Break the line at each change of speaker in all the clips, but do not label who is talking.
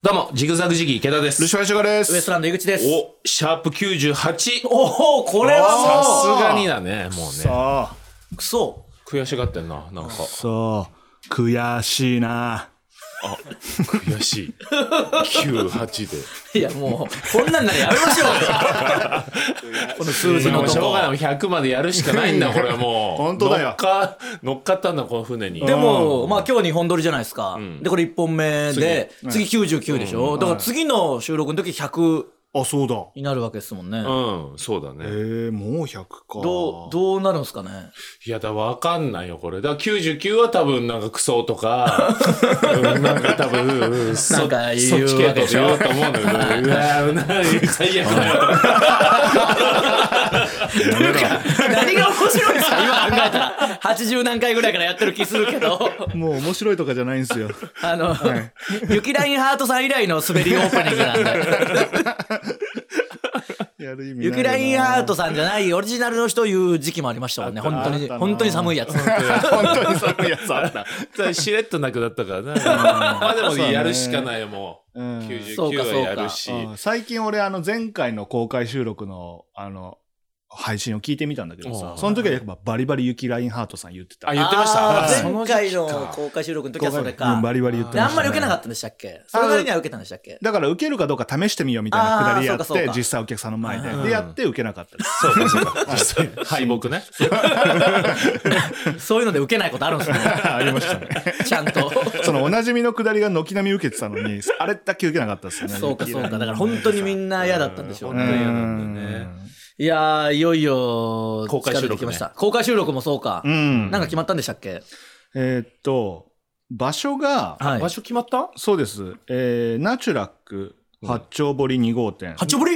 どうも、ジグザグジギー池田です。
ルシファーシュガです。
ウエストランド井口です。
お、シャープ98。
おお、これ
さ
は
すがにだね、もうね。
さあ、
もう、くそ。
悔しがってんな、なんか。
そう、悔しいな。
悔しい。98で。
いや、もう、こんなんならやめましょうよ。 この数字
も
の
う
と
しょう
こ。
がない、100までやるしか ないんだ、これはもう。
本当だよ
乗っか、乗っかったんだ、この船に。
でも、まあ今日2本撮りじゃないですか。で、これ1本目で、次99でしょ。だから次の収録の時100
あ、そうだ。
になるわけですもんね。
うん、そうだね。
えー、もう100か。
どう、どうなるんですかね。
いや、だ、わかんないよ、これ。だ、99は多分、なんか、クソと か、うんなんか多分、うんそ
な
そっ
んか
ち
言う
系
わけ
と
でし
言お
ょ
うと思うんだけ ど、うわうな最悪だよ。
やめろ。
何が面白いんですか今考えたら。80何回ぐらいからやってる気するけど。
もう面白いとかじゃないんですよ。
あの、ユキラインハートさん以来の滑りオープニングなんで。
やる意味ない
ユ
な
キラインハートさんじゃないオリジナルの人いう時期もありましたもんね。本当
あっ
に、
たな
本当に寒いやつ。
本当にそういうやつあった。
しれっとなくなったからな。まあでも
そうだね
やるしかないよ、もう。
うん
そう
99
か
は
そうか
やるし。
うん最近俺、あの、前回の公開収録の、あの、配信を聞いてみたんだけど
お
さ
う、
その時はやっぱバリバリユキラインハートさん言ってた。
あ言ってました
あ
はい
ー前回の
その時期か
公開収録の時
公
は
開
それか
うん。バリバリ言って
で
ま
あ
したね
んまり受けなかったんでしたっけそれなりには受けたんでしたっけ
だから受けるかどうか試してみようみたいなくだりや
あー
っ
そうかそう
て
か
実際お客さんの前で
うん
でやって受けなかったです
そうか、そうか。実際、 敗北ね。
そういうので受けないことあるん ですね。
ありましたね
ちゃんと。
そのおなじみのくだりが軒並み受けてたのにあれだけ受けなかったですよね
そうかそうか。だから本当にみんな嫌だったんでしょう
う
ね。
嫌なんだよね
いやー、いよいよ、
公開収録ね
疲れてきました。公開収録もそうか
う。ん
なんか決まったんでしたっけ
えーっと場所が
はい
場。所決まった
そうです、えー、ナチュラック八丁堀2号店、
八丁堀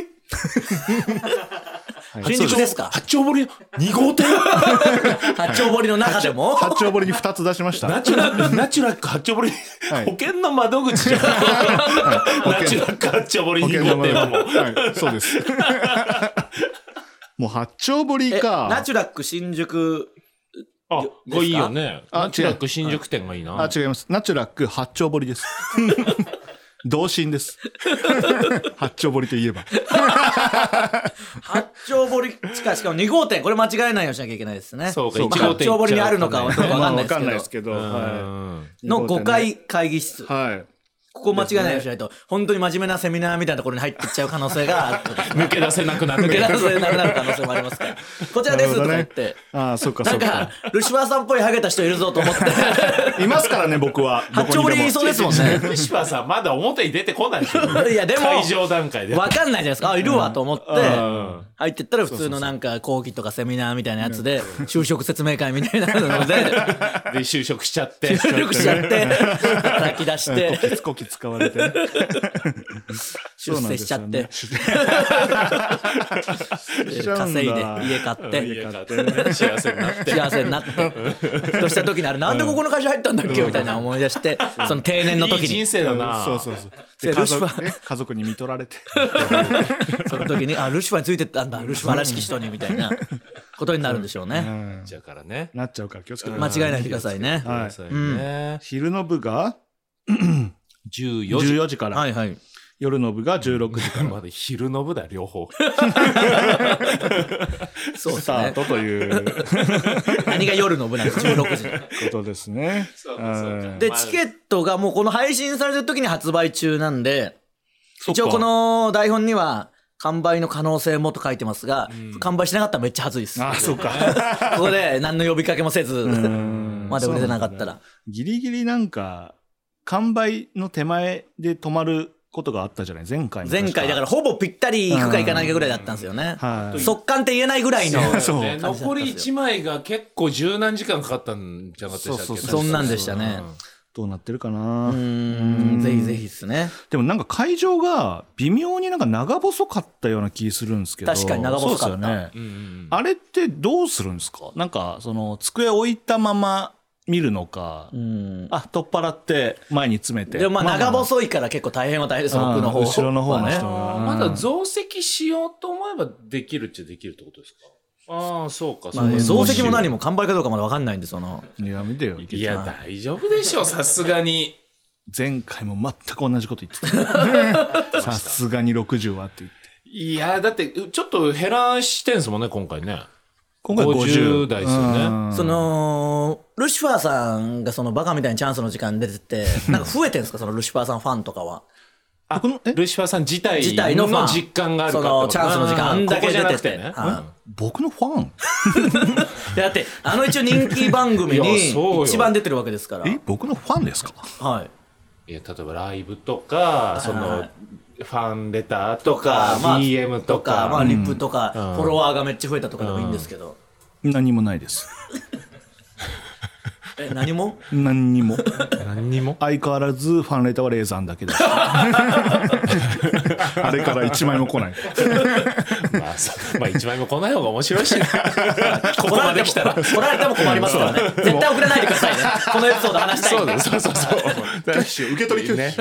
はい
新宿ですか
八丁堀2号店
八丁堀の中でも
八丁堀に2つ出しました
ナチュラル、ナチュラル八丁堀、
はい
保険の窓口じゃん。ナチュラル八丁堀
保険
2
の
号店はもう。
はいそうです もう八丁堀
えナ
か
チュラック新宿
あ、
です
ご
か
いいよね。
あ
ナチュラル新宿店がいいな
あ。違いますナチュラック八丁堀です同心です八丁堀といえば
八丁堀地下しかも2号店これ間違えないようにしなきゃいけないですね
そうか、
そう
1
か
号店行っちゃうとね。
八丁堀にあるのかは
う
わかんないですけど
まあわかんないですけど、は
ん
い
の5階会議室こ
はい
こ間違えないようにしないと本当に真面目なセミナーみたいなところに入っていっちゃう可能性がある
抜け出せなくなって
抜け
る。
出せなくなる可能性もありますからこちらですとか言って
ああ、そっか
な
そ
ん
っか
か。ルシファーさんっぽいハゲた人いるぞと思って
いますからね、僕は。
八丁堀にいそうですもんね
ルシファーさん、まだ表に出てこないでしょ。
いやでも
会場段階で。
わかんないじゃないですかあいるわと思って
うん
入ってったら普通のなんか講義とかセミナーみたいなやつで就職説明会みたいな ので
で、就職しちゃって。
協力しちゃって働き出し
どこにでも。コキ
て
ツコキ使われてね。
出世しちゃって、
そうなんですよね。
稼 いで家買っ
い
て
や勝手にね 幸せになって。
幸せになってふとした時にあれなんでここの会社入ったんだっけみたいな思い出してその定年の時
いい人生
に
だな。
そうそうそう。
で
で家
ルシフ
族ね家族に見とられて。
その時にあルシファーについてったんだルシファーらしき人にみたいなことになるんでしょうね
うん
じゃあからね。
なっちゃうから気をつけて。
間違えないでくださいね
はい
そうよね。
昼の部が
14時。
14時から、
はいはい
夜の部が16時か
まだ昼の部だ、両方。
そう
ら
で
ス
す
ター
ね
トというこ
何が夜の部なんです16時
とですね。
そうかそうか
うん
で
まあ
チケットがもうこの配信されてる時に発売中なんで
そっ
一
か
応この台本には完売の可能性もと書いてますが、
ん
完売しなかったらめっちゃ恥ずいです
あ、そうか。
ここで何の呼びかけもせず、
ん
まだ売れてなかったら。
ギリギリなんか、完売の手前で止まることがあったじゃない前回も確
前回だからほぼぴったり行くか行かないかぐらいだったんですよね。
はい
速乾って言えないぐらいの。
そう
ね
感じだったん
残り
です
1
よ
枚が結構十何時間かかったんじゃなかったでしたっけ
そう
そんなんでしたね。
どうなってるか
う
な、
ーん、ぜひぜひですね。
でもなんか会場が微妙になんか長細かったような気するんですけど
確かに長細かった
そうですよね
うんうん
あれってどうするんですかなんかその机置いたまま見るのか、
うん。
あ取っ払って前に詰めて
でもまあ長
さ
細いから結構大変は大変です、
うん
僕の方。
後ろの方の
ね
人。が、
まだ増席しようと思えばできるっちゃできるってことですかああ、そうか、
ま
そう
あ
か。
増席も何も完売かどうかまだわかんないんで、その。
うんいやめてよ
いや、大丈夫でしょ、さすがに。
前回も全く同じこと言 ってた。さすがに60はって言って。
いや、だって、ちょっと減らしてんすもんね、今回ね。
今回50。
50代ですよね
うん
そのルシファーさんがそのバカみたいにチャンスの時間出ててなんか増えてるんですかそのルシファーさんファンとかは
あ
このえ
ルシファーさん自体
自体のファン
実感があるか
そ
ら
のチャンスの時間
あんだけじゃなくて
ここで出
ね
ててあ
僕のファン
いやだってあの一応人気番組
いやそう
に
よ
一番出てるわけですから
え僕のファンですか
はい
いや例えばライブとかそ
は
の
い
ファンレターとか
まあ
DM とか
まあ、リップとか、
ん
フォロワーがめっちゃ増えたとかでもいいんですけど、
何もないです。
え何も
何にも。
何にも
相変わらずファンレターはレーザーだけ です。あれから1枚も来ない。
まあそまあ一枚も来ない方が面白いし なここまで来たら
来られても来られても困りますからね絶対送らないでくださいねこのエピソード話したい
そ
ん
う
で
だそうそうそう受け取りね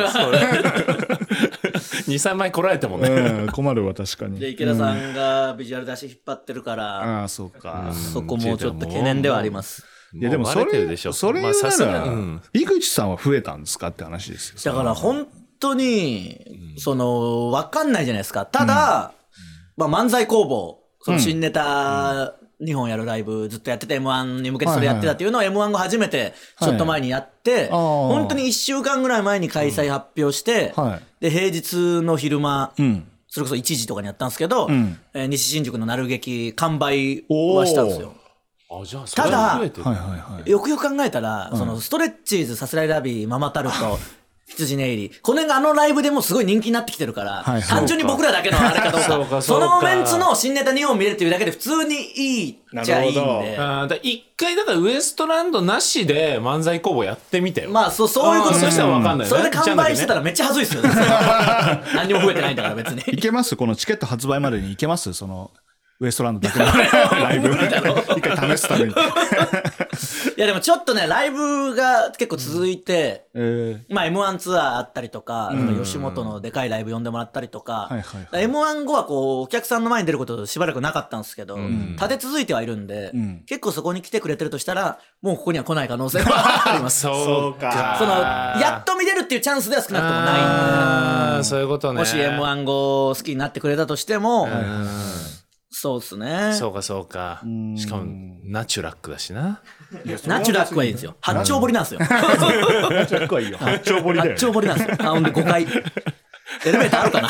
23枚来られてもね
うん、困るわ、確か
で
に。
池田さんがビジュアル出し引っ張ってるから、
ああ、そうか。
そこもちょっと懸念ではあります
いや、でも
う
そ
バレてる
れ、
でしょ
それ
ま
言
あ
う
さす
な
が
ら
うん、
井口さんは増えたんですかって話ですよ。
だから本当に、その分かんないじゃないですかただ、まあ、漫才工房その新ネタ2本やるライブずっとやってて m 1に向けてそれやってたっていうのを m 1が初めてちょっと前にやって、
あー
本当に1週間ぐらい前に開催発表して、
はい
で平日の昼間、
うん。
それこそ1時とかにやったんですけど、
ん
えー西新宿の鳴る劇完売はしたんですよ。
あじゃあそ
た
れ
だ
増えてる
はいはいはい。
よくよく考えたら、そのストレッチーズ、さすらいラビー、ママタルト、羊ネイリこの辺があのライブでもうすごい人気になってきてるから、
はい
単純に僕らだけのあれかどうか、
そ
そう
かそうか
のメンツの新ネタ2本見れるっていうだけで普通にいいじゃいいん
な
で。
あーだから一回だからウエストランドなしで漫才工房やってみてよ
まあ、そう、そういうこと
あーそうしたらわかんないね
それで完売してたらめっちゃ恥ずいっすよね。 何にも増えてないんだから別に。
いけますこのチケット発売までにいけますその、ウエストランドだけの ライブ。一回試すた めに。
いや、でもちょっとね、ライブが結構続いて、
えー
まあ、M1 ツアーあったりとか、なんか吉本のでかいライブ呼んでもらったりとか、
はいはいはい
だから M1 後はこう、お客さんの前に出ることしばらくなかったんですけど、立て続いてはいるんで、
ん
結構そこに来てくれてるとしたら、もうここには来ない可能性はあります。
そうか
その、やっと見れるっていうチャンスでは少なくともないんで、
あーそういうことね
もし M1 後好きになってくれたとしても、
うん
そうですね。
そうかそうかしかもナチュラックだしな
ナチュラックはいいんですよ。八丁堀なんですよ。
結構いいよ。八丁堀だよ
八丁堀なんですよ。あ、ほんで5階。エレベーターあるかな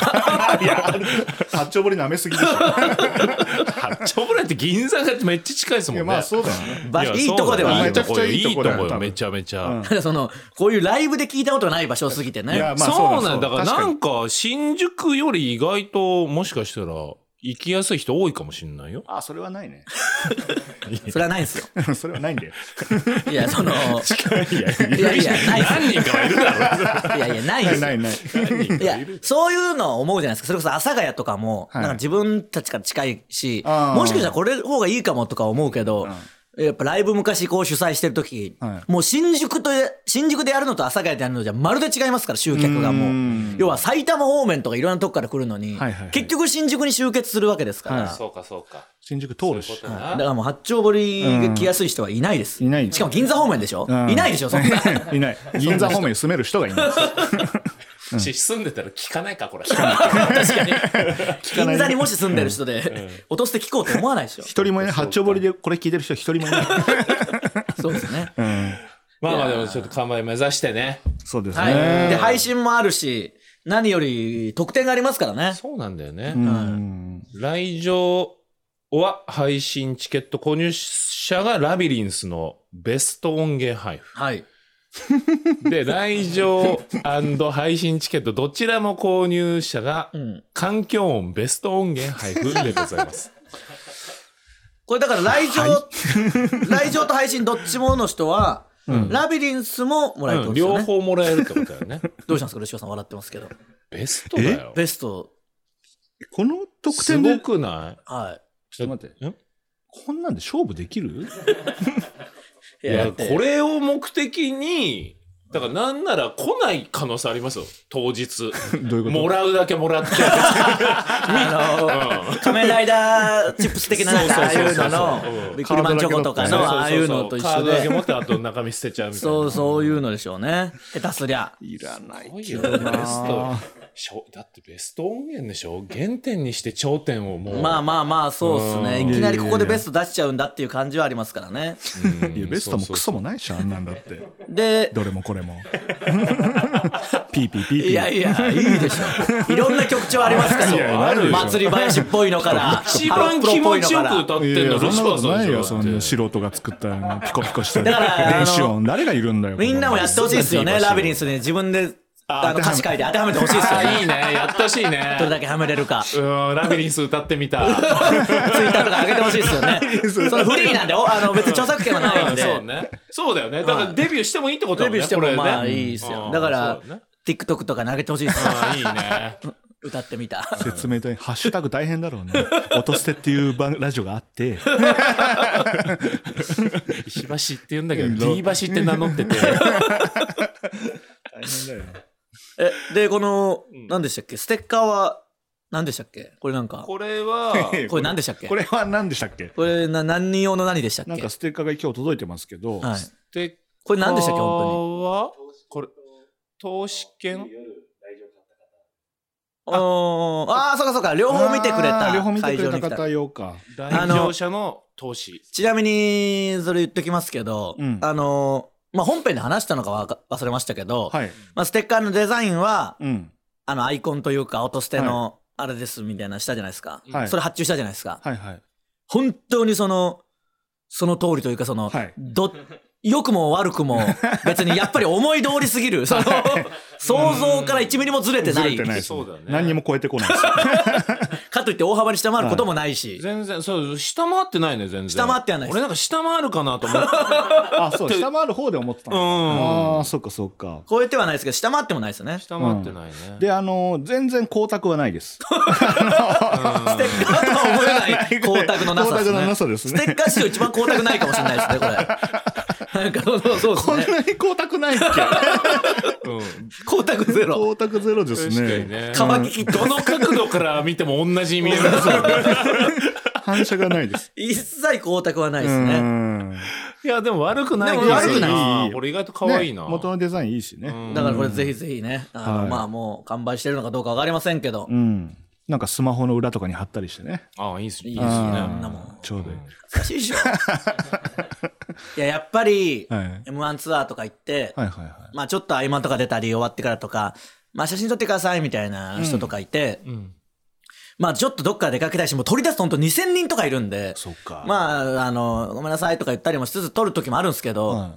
八丁堀舐めすぎでし
八丁堀って銀座がめっちゃ近いです
ょ。
も
い
んね
や、まあそうだよね。
場所いいとこではあ
い
る
いとこよい
めちゃくちゃいい
い
と
と
こだよ
こ
多
よ
分
めちゃめちゃ
ただその、こういうライブで聞いたことない場所すぎてね。
いやまあ
そうな
そ
ん
うだ
だから
確か
な
に
んか新宿より意外ともしかしたら行きやすい人多いかもしんないよ
あ、それはないね。
それはないんですよ。
それはないんだよ。
いや、その、
いや
いやいや、ないっす
何人かはいるだろ
いやいや、ない ん
な
で
い
す
な
よ
いない。
いや、そういうのを思うじゃないですか。それこそ阿佐ヶ谷とかも、
はい
なんか自分たちから近いし、
あー
もしかしたらこれの方がいいかもとか思うけど、やっぱライブ昔こう主催してる時、
は
もう新宿と、新宿でやるのと阿佐ヶ谷でやるのじゃまるで違いますから、集客が
う
も
ん
う。要は埼玉方面とかいろんなとこから来るのに、
はいはいはい
結局新宿に集結するわけですから、
は
そうかそうか
新宿通るし。
だからもう八丁堀が来やすい人はいないです。
うんいない
しかも銀座方面でしょ、
うん
いないでしょ、そんな。
いない。銀座方面に住める人がい ない。
し住んでたら聞かないかこれ
銀座にもし住んでる人で、落として聞こうと思わないでしょ。
一人もいない。八丁堀でこれ聞いてる人一人もいない。
そうですね。
まあまあでもちょっと看板目指してね
そうです
はい。で、
ね。
配信もあるし、何より得点がありますからね。
そうなんだよね
うん
来場は配信チケット購入者がラビリンスのベスト音源配 布。
はい。
で、来場配信チケットどちらも購入者が
ん
環境音ベスト音源配布でございます。
これだから来場、 来場と配信どっちもの人は、ラビリンス ももらえるって
う
こ
ん両
とですよね。
方もらえるってことだよね。
どうしたんですか、ルシオさん笑ってますけど。
ベストだよ。
ベスト、
この得
す
点
ご
で、
くな
はい
ちょっと待って
ん
こんなんで勝負できる
い。
いや、こ、れを目的に、だからなんなら来ない可能性ありますよ当日
どういうこと
もらうだけも らって
あの、仮面ライダーチップス的ななんかああいうの
う
の、
ん
ビックリマンチョコとか
そうそう
の、
そう
ああいうのと一
カー
緒
ドだけ
で。
持ってあと中身捨てちゃうみたいな
そう、そういうのでしょうね。下手すりゃ。
いらない。
すごいよねベストしょだってベスト音源でしょ原点にして頂点をもう
まあまあまあ、そうですね。
うん
いきなりここでベスト出しちゃうんだっていう感じはありますからね。
うん
いや、ベストも
そう
ク
そ
ソ
う
もないし、あんなんだって。
で、
どれもこれも。 ピーピーピーピー。
いやいや、いいでしょ。いろんな曲調ありますか
そうあ
ら、
るでしょ
祭り林っぽいのから、
一番気持ちよく
ハロプ
歌
ロっぽいのから
って
い
ん
や
の
いやそんな
ル
こ
シフ
と
ァーさん
ない
じゃん
よ、そんな素人が作ったあのピコピコした
だから
練習音。誰がいるんだよ。
みんなもやってほしいですよね。ラビリン
ス。
スに自分で、あの、
当てはめ
歌詞書いて当てはめてほしいですよ
あいい
ね。
ねやってほしいね
どれだけはめれるか。
うんラビリンス歌ってみた
ツイッターとか上げてほしいですよね。そのフリーなんで、おあの別に著作権はないん で。
そうねそうだよねだからデビューしてもいいってことだ
デ
もんね
ビューして
こ
も
れね
まあいいですよ。
うん
だから
そうだね、
TikTok とか投げてほしいですよ。
あいいね
歌ってみた。
説明で、ハッシュタグ大変だろうね。音捨てっていう番ラジオがあって、
石橋って言うんだけど D 橋って名乗ってて
え、で、この、何でしたっけステッカーは、何でしたっけこれなんか、
これは
これ何でしたっけ
これは何でしたっけ
これな何人用の何でしたっ
なん
け
かステッカーが今日届いてますけど、
はい。
で
これ何でしたっけ本
本当にこれ投資券
当に。おーああ、そうかそうか。両方見てくれ
あ
た。
ー両方見てくれた
会場に来
方用か。
来場者の投資
ちなみに、それ言っときますけど、
うん
あの、まあ、本編で話したのかわか忘れましたけど、
はい。
まあ、ステッカーのデザインは、
うん。
あの、アイコンというか、音捨ての、あれです、みたいなしたじゃないですか。
はい。
それ発注したじゃないですか。
はいはい。
本当にその、その通りというか、その、
はい
ど、良くも悪くも、別にやっぱり思い通りすぎる、その、想像から1ミリもずれて
ず
な
れ
い
て。ないです
そうだね
何にも超えてこないです。
かといって大幅に下回ることもないし、
全然そう下回ってないね全然
下回ってはないです
俺なんか下回るかなと思って
あ、そう、下回る方で思ってたんだ
うん
ああ、そっかそっか。
超えてはないですけど、下回ってもないですよね。
下回ってないね
で、あのー、全然光沢はないです。
ステッカーとは思えない光沢のなさですね。
光沢のなさですね
ステッカー史上一番光沢ないかもしれないですね、これ。なんか、そうです
こんな
ね。
に光沢ないっけ
うん
光沢ゼロ。
光沢ゼロです
確かに
ね。
ね
乾ききって
どの角度から見ても同じに見える
反射がないです。
一切光沢はないで
う
すね。
ん
いやでも悪くない
でも悪くない
いいいい
これ意外と可愛いな、
ね元のデザインいいしね。
うん
だからこれぜひぜひね、あの
はい
まあもう完売してるのかどうかわかりませんけど
う、ん。なんかスマホの裏とかに貼ったりしてね。
ああいいっすね
いい
い
ですね
あー
こんなもん
ちょうどいい。
難しいで しょ。いや、やっぱり、
はい
M1 ツアーとか行って、
はいはいはい。
まあちょっと合間とか出たり終わってからとか、まあ写真撮ってくださいみたいな人とかいて、
うん
まあちょっとどっか出かけたいし、もう取り出すと本当2000人とかいるんで、
そっか。
まあ、あの、ごめんなさいとか言ったりもしつつ撮る時もあるんですけど、
うん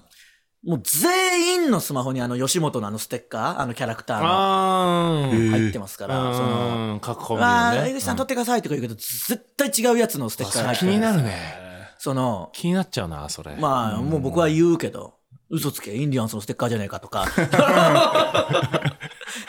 もう全員のスマホにあの吉本のあのステッカー、あのキャラクターの
あー
入ってますから、その、
うん各コンビ
わ
の
あ、
ね
江口さん撮ってくださいとか言うけど、絶対違うやつのステッカー
そ
が
れ
入っ
気
てる
になるね
その、
気になっちゃうなそれ
まあ、もう僕は言うけど、嘘つけ、インディアンスのステッカーじゃねえかと か。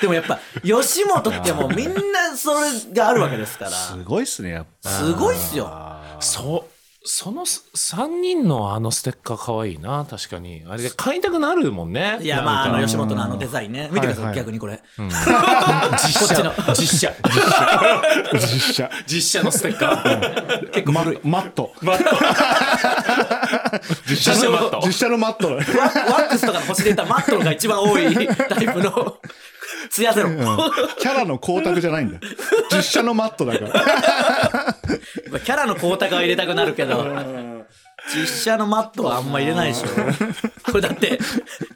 でもやっぱ、吉本ってもうみんなそれがあるわけですから、
すごいっすね、やっ ぱ。
すごいっすよ。
そその3人のあのステッカー可愛いな確かにあれ買いたくなるもんね
いや、まあ、あ
なん
の
か
吉本のあのデザインね。見てください、
はいはい
逆にこれ。
実
こっ
写
ちの
実写
実写。
実写のステッカー
結構古い。
マット。
マット写
実写
の
の
マ
マ
ッ
ッ
ト
ト。実写のマット。
ワワックスとかの星で言ったらマットのが一番多いタイプ の、ツヤゼロ。ま
キャラの光沢じゃないん だよ。実写のマットだから。
あキャラの光沢は入れたくなるけど、実写のマットはあんま入れないでしょ。これだって、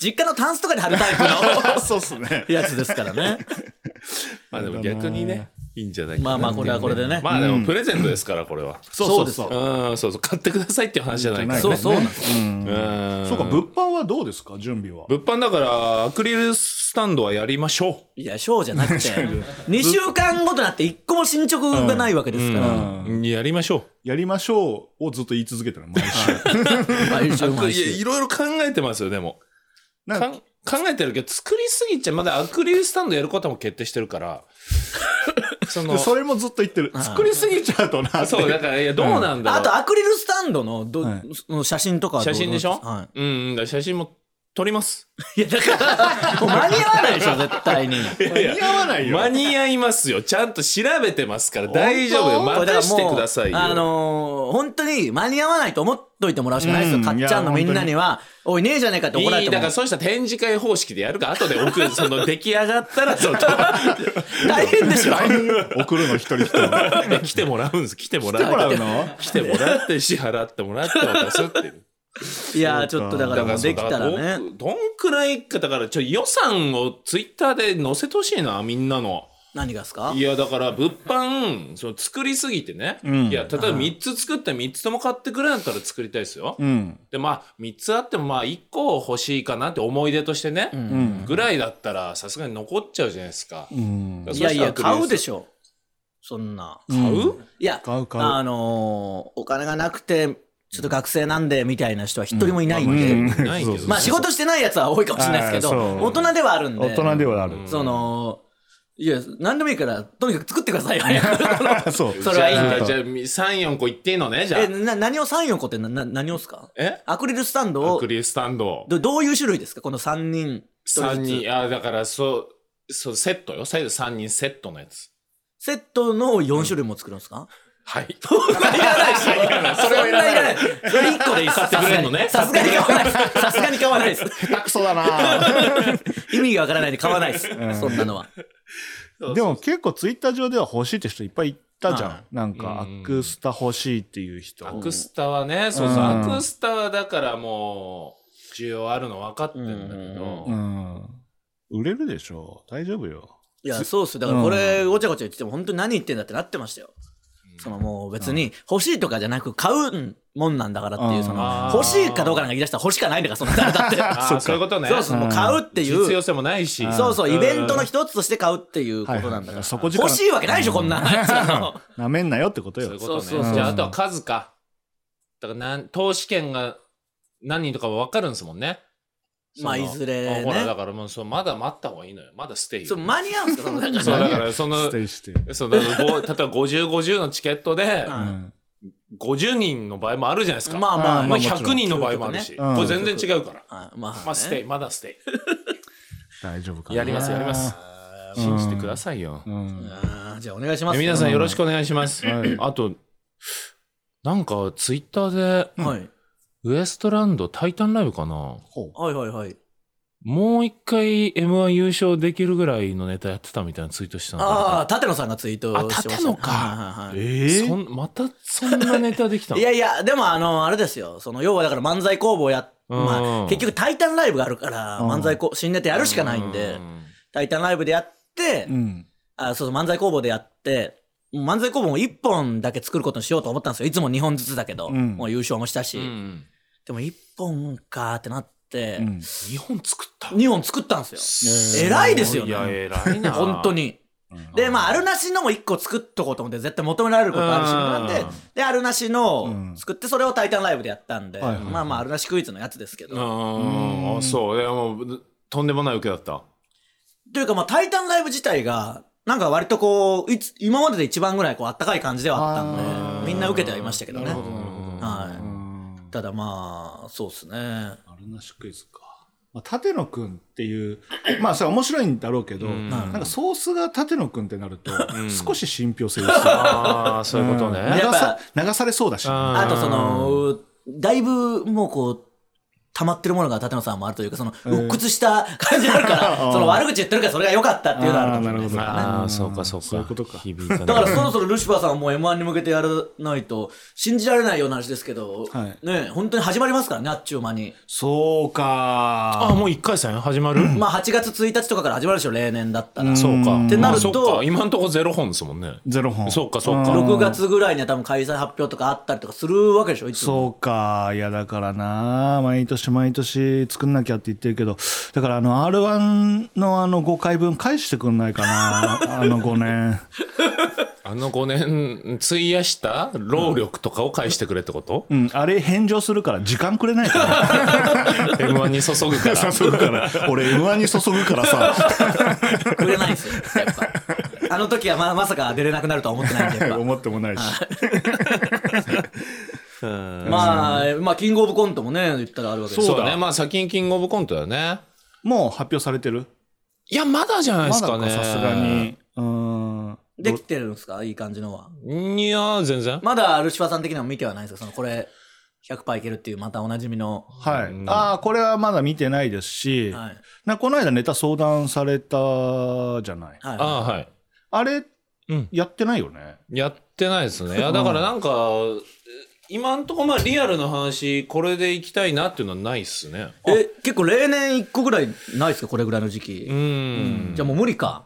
実家のタンスとかに貼るタイプの
そうっすね。
やつですからね。
まあでも逆にねいいんじゃないか
まあまあこれはこれでね
まあでもプレゼントですからこれは
そうそうそう。
うんそうそう買ってくださいっていう話じゃないから
そう
ね
そうなんですよ。
うん
そうか、物販はどうですか準備は。
物販だからアクリルスタンドはやりましょ
いや、ショーじゃなくて、2週間ごとなって1個も進捗がないわけですから、
ううんやりましょ
やりましょうをずっと言い続けてる、毎週。
毎週
う
毎
いやい
週。
ろいろ考えてますよでも
なん
か
か
ん考えてるけど作りすぎちゃまだアクリルスタンドやることも決定してるからその
でそれもずっと言ってる。作りすぎちゃうとな。
そう
って
だからいやどうなんだろう、
あと、アクリルスタンドのど
はい
その写真とかはどう
写真でしょ、
はい
うんうんだから写真も撮ります。
いや、だから、もう間に合わないでしょ、絶 対に。
いや
間に合わないよ。
間に合いますよ。ちゃんと調べてますから大丈夫よ。
これだから
任
も
し
う
てくださいよ。
あのー本当に間に合わないと思っといてもらうしかないですよ。
うん
かっちゃんのみんなには、おい、ねえじゃねえかって
い
怒られ
い
て
だ
も
からそうしたら展示会方式でやるか後で送 るその出来上がったらちょっと
大変でしょ。
送るの一人一 人。来
え 来てもらうんです来てもら
てもら
っ
う
て
の
来てもらって支払ってもらって渡すっていう
いやー、ちょっとだからもう
そう
できた
だから
ら
ど
ね。
んどんくらいかだからちょ予算をツイッターで載せてほしいなみんなの
何がですか
いやだから物販その作りすぎてね、
うん
いや例えば3つ作って3つとも買ってくれなかったら作りたいですよ、
うん。
でまあ3つあってもまあ1個欲しいかなって思い出としてね、
ん
ぐらいだったらさすがに残っちゃうじゃないですか、
うん。
いやいや、買うでしょ。そんな。
買う、
いや、
買う買う
あのーお金がなくて、ちょっと学生なんで、みたいな人は一人もいないんで。
うん
ないけど
まあ仕事してないやつは多いかもしれないですけど、
あーそう
大人ではあるんで。
大人ではある。
その、いや、何でもいいから、とにかく作ってくださいよ、早く
そう。
それはいいんだ
じゃあじゃあ34個いっていいのねじゃあ
え、な、何を3、4個ってな、な、何をっすか
え
アクリルスタンド
ア
を
ク、リルスタンド
どどういう種類ですかこの3人。
3人あだからそうそうセットよ最後3人セットのやつ
セットの4種類も作るんですか、
はい
いらないし。それはいらない。それ1個でいいっす。
買ってくれんのね
さすがに買わないです。さすがに買わないです。
下手くそだな
意味がわからないんで買わないです。そんなのは。
でも結構ツイッター上では欲しいって人いっぱいいたじゃ
は
ん。なんか、アクスタ欲しいっていう人。
アクスタはねそうそう、
うん
アクスタはだからもう需要あるの分かってんだけど、
うん。売れるでしょう。大丈夫よ。
いや、そうっす。だからこれ、ごちゃごちゃ言ってても、本当に何言ってんだってなってましたよ。そのもう別に欲しいとかじゃなく買うもんなんだからっていうう、
ん
その
あー
欲しいかどうかなんか言い出したら欲しかないんだから、そんなのだって。
あ
そっ
あ
か
そういうことね
そうそう、もう買うっていう。
実用性もないし
そうそう、イベントの一つとして買うっていうことなんだ
はいはい
か
は
ら。
いそこ
欲しいわけないでしょ、こんな。
なめんなよってこと
そうい
よ
う。ことね
そうそうそう
じゃああとは数かだからなん投資券が何人とかは分かるんですもんね
まあ
その
いずれね
あほらだからもうそうまだ待った方がいいのよまだステイよ
そう、間に合うんですか、そのだから
そうだからその
ステイして。
そのご 例えば5050のチケットで
う
うんん。
50人の場合もあるじゃないですか、
まあまあ、
ま
ま
あ、
あもちろん
100人の場合もあるし、
ね
うん
これ全然違うから、
あまあ、
まあステイ。まだステ
大丈夫か
イ
な
やりますやります信じてくださいよ、
うん。
あーじゃあお願いします。
え皆さんよろしくお願いします、
はい
あとなんかツイッターで
はい。
ウエストランドタイタンライブかな
ほ
はいはいはい。
もう一回 M1 優勝できるぐらいのネタやってたみたいなツイートしてたの
ああ、
か
立野さんがツイートしてま
あ
したね
立野か
はいは
う。
いはい
な
え
そんまたそんなネタできたの
いやいや、でもあの、あれですよ。その、要はだから漫才工房やっ、
うん
まあ、結局タイタンライブがあるから、
うん
漫才こ新ネタやるしかないんで、タイタンライブでやって
う、ん。
あそうそう、漫才工房でやって、もう漫才工房も1本だけ作ることにしようと思ったんですよ。いつも2本ずつだけど、
うん
もう優勝もしたし。
うんうん
でも1本かーってなって、
うん。
日本作った
2本作ったんですよ。偉いですよ
いや
ね。
偉いな
本当に。で、まあ、あるなしのも1個作っとこうと思って、絶対求められることあるし、なんで
うん、
で、あるなし
う
の
ん
作って、それをタイタンライブでやったんで、
はいはいはい
まあまあ、あるなしクイズのやつですけ
う
ど。
んあそういやもうとんでもない受けだった
というか、まあ、タイタンライブ自体が、なんか割とこう、いつ今までで一番ぐらいこう、あったかい感じではあったん
あー
で、みんな受けてはいましたけどね
なる。ほどなるほど
は
うん
い。ただまあ、そうっすね。
あるなしクイズか。まあ、立野くんっていう、まあ、それは面白いんだろうけど、
うん
なんかソースが立野くんってなると、
ん
少し信憑性薄い。
ああ そういうことね
ん流
やっ
さ
ぱ
流されそうだし。
あ
あとその、だいぶもうこう、溜まってるものが立野さんもあるというか、その、鬱屈した感じがあるから、その悪口言ってるからそれが良かったっていうのはあるかもしれないですね。
ああそうかそうか
そういうことか
響いたね
だからそろそろルシファーさんも M1 に向けてやらないと、信じられないような話ですけど、
はい
ね、本当に始まりますからね、あっちゅう間に。
そう
あ
か。
もう一回戦始まる
まあ8月1日とかから始まるでしょ、例年だったら。
そうか
ってなると
あそっか今んとこゼロ本ですもんね
ゼロ本。
そうかそうか
6月ぐらいには多分開催発表とかあったりとかするわけでしょ、いつ も。
そうか。いや、だからな、毎年毎年作んなきゃって言ってるけど、だからあの R1 のあの5回分返してくんないかな、あ の5年。
あの5年費やした労力とかを返してくれってこと
うん、あれ返上するから時間くれないかな。
M1 に注ぐから
注ぐから俺 M1 に注ぐからさ
くれないんですよ、やっぱ。あの時はままさか出れなくなるとは思ってないんで、やっぱ。
思ってもないし
うん
まあ、まあ、キングオブコントもね、言ったらあるわけです
そう
だ。
だね。まあ先にキングオブコントだね。
もう発表されてる
いや、まだじゃないですか
ま
ね。
ださすがに。うーん。
できてるんですかいい感じのは。
に。いや、全然。
まだ、ルシファーさん的には見てはないですかその、これ、100%いけるっていう、またおなじみの。
はい。
うん
ああ、これはまだ見てないですし、
はい。はい
なこの間ネタ相談されたじゃない。
ああ、はい。
あれ、
うん
やってないよね。
やってないです ね。いや、だからなんか、今んとこまあリアルの話、これでいきたいなっていうのはないっすね。
え、結構例年1個ぐらいないですかこれぐらいの時期
う。ん。
じゃあもう無理か。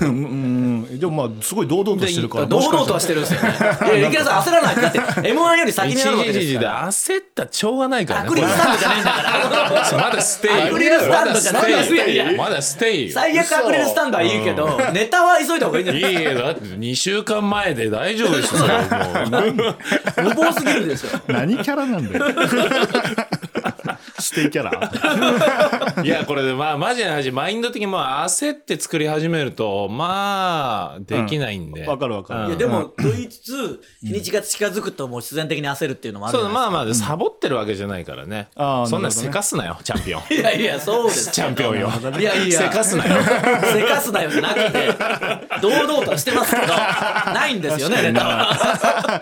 うんうんうんでもまあ、すごい堂々としてるから。
堂々とはしてるんですよね。いや、池田さん焦らないって。だって、M1 より先
一
になるわけ
時
です
時
か
で
ら。
焦ったちょうがないからね。
アクリルスタンドじゃないんだから。
これまだステイ。
アクリルスタンドじゃない
まだステイ
いやいや
まだステイよ。
最悪アクリルスタンドはいいけど、ネタは急いだ方がいいんじゃ
い
ない
いえ、だって2週間前で大丈夫ですよ、それもう。
無謀すぎるでしょ。
何キャラなんだよ。ステイキャ ラ
いや、これでまあ、マジな話、マインド的にもう焦って作り始めると、まあ、できないんで。
わかるわかる。
うん
いやでも、と言いつつ、日にちが近づくともう必然的に焦るっていうのもある
そ
じ
う
ゃ
だ
ないで
まあまあ、サボってるわけじゃないからね。
あー
そん
な
な
るほど
せ
ね
かすなよ、チャンピオン。
すか。いやいや、そうです。
チャンピオンよ。
いやいや、
せかすなよ。
せかすなよじゃなくて、堂々としてますけど、ないんですよね、ネタは。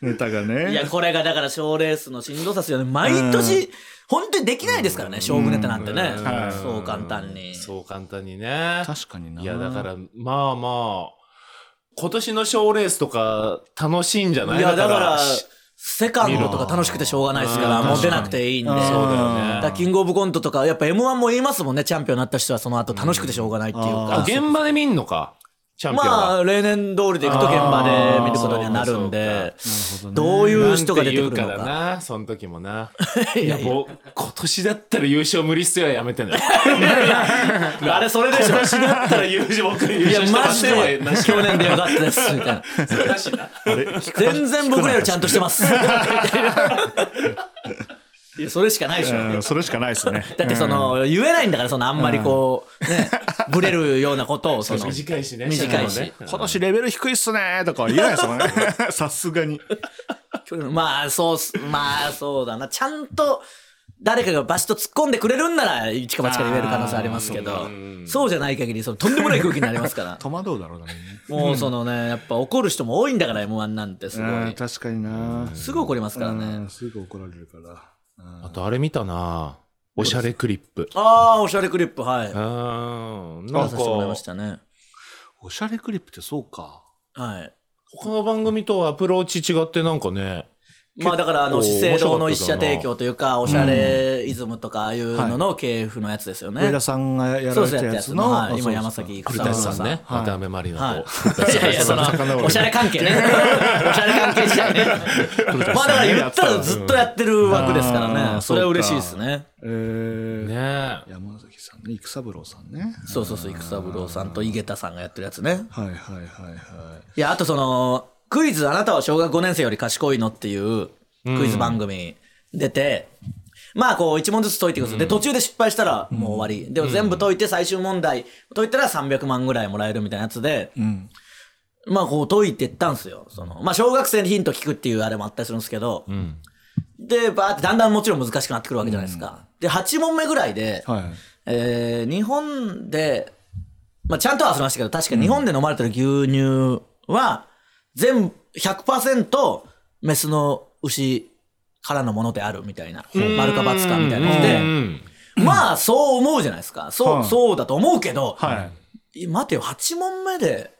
ネタが
いや、
ね。
これがだから賞ーレースのしんどさですよね。毎年、本当にできないですからね、勝負ネタなんてね。そう簡単に。
そう簡単にね。
確かにな。
いや、だから、まあまあ、今年の賞ーレースとか楽しいんじゃない
いや、だから
し、
セカンドとか楽しくてしょうがないですから、
うん
もう出なくていいんで。
うんそうだ
よね
だからキングオブコントとか、やっぱ M1 も言いますもんね、チャンピオンになった人はその後楽しくてしょうがないっていう
あ
あ
か。
現場で見んのか、チャンピオンは。
まあ、例年通りでいくと現場で見ることにはなるんで、どういう人が出てくるの
なんて言う
か。
らな、その時もな。
い
い
や
や、
いや
もう、今年だったら優勝無理っすよ、やめて ね。
あれ、それでしょ。
だったら優勝、僕優
いや、
勝して
マ
ま
ジ
せんわ
で、去年でよかったです、みたいな。全然僕らよりちゃんとしてます。いや、それしかないでしょ。
うんそれしかないですね。
だってその、言えないんだから、その、あんまりこう、ね、ぶれるようなことを、その、
短いしね。
短いし
そのね
今年レベル低いっすねとかは言えないです もんね。さすがに。
まあ、そうっす、まあ、そうだな。ちゃんと、誰かがバシッと突っ込んでくれるんなら、一か八かで言える可能性ありますけど、そうじゃない限り、その、とんでもない空気になりますから。
戸惑う だろうな。
もう、そのね、やっぱ怒る人も多いんだから、M1 なんて、すご
うん
い。
確かにな。
すぐ怒りますから
う
ね。
んすぐ怒られるから。
あと、あれ見たな。おしゃれクリップ。
ああ、おしゃれクリップ、はい。
うーん。
出
な
さ
ん
せ
か、
てもらいまし
他
たね。
おしゃれクリップってそうか。
はい。
の番組とアプローチ違ってなんかね、
まあだから、あの、
結
資
構
生堂の一社提供というか、おしゃれイズムとか、ああいうのの系譜のやつですよね。
上田さんがやら
そう
れ
です
た
やった
や
や
つ
つの、
の。
は
あ
い、
そう
今
そう
山
古
崎古
舘
田
さんね、
はい
渡辺まり
は
なと。
い。いやいや、その、おしゃれ関 係ね。おしゃれ関係時代ね。まあだから言ったらずっとやってる枠ですから
う
ね。
ん
それは嬉しいですね。
えー
ねえ。
山崎さんね、育三郎さんね。
そうそうそう、育三郎さんと井桁さんがやってるやつね。
はいはいはいはい。
いや、あとその、クイズ、あなたは小学5年生より賢いのっていうクイズ番組出て、まあこう一問ずつ解いていくんですよで、途中で失敗したらもう終わり。でも全部解いて最終問題解いたら300万ぐらいもらえるみたいなやつで、まあこう解いてったんですよ。その、まあ小学生にヒント聞くっていうあれもあったりするんですけど、で、バーってだんだんもちろん難しくなってくるわけじゃないですか。で、8問目ぐらいで、
はい。
えー日本で、まあ、ちゃんとは忘れましたけど、確か日本で飲まれてる牛乳は、全部100%メスの牛からのものであるみたいな、丸か×かみたいなの
う
で、
ん。
まあそう思うじゃないですか。そう、
はい
そうだと思うけど、
はい。
い待てよ、8問目で、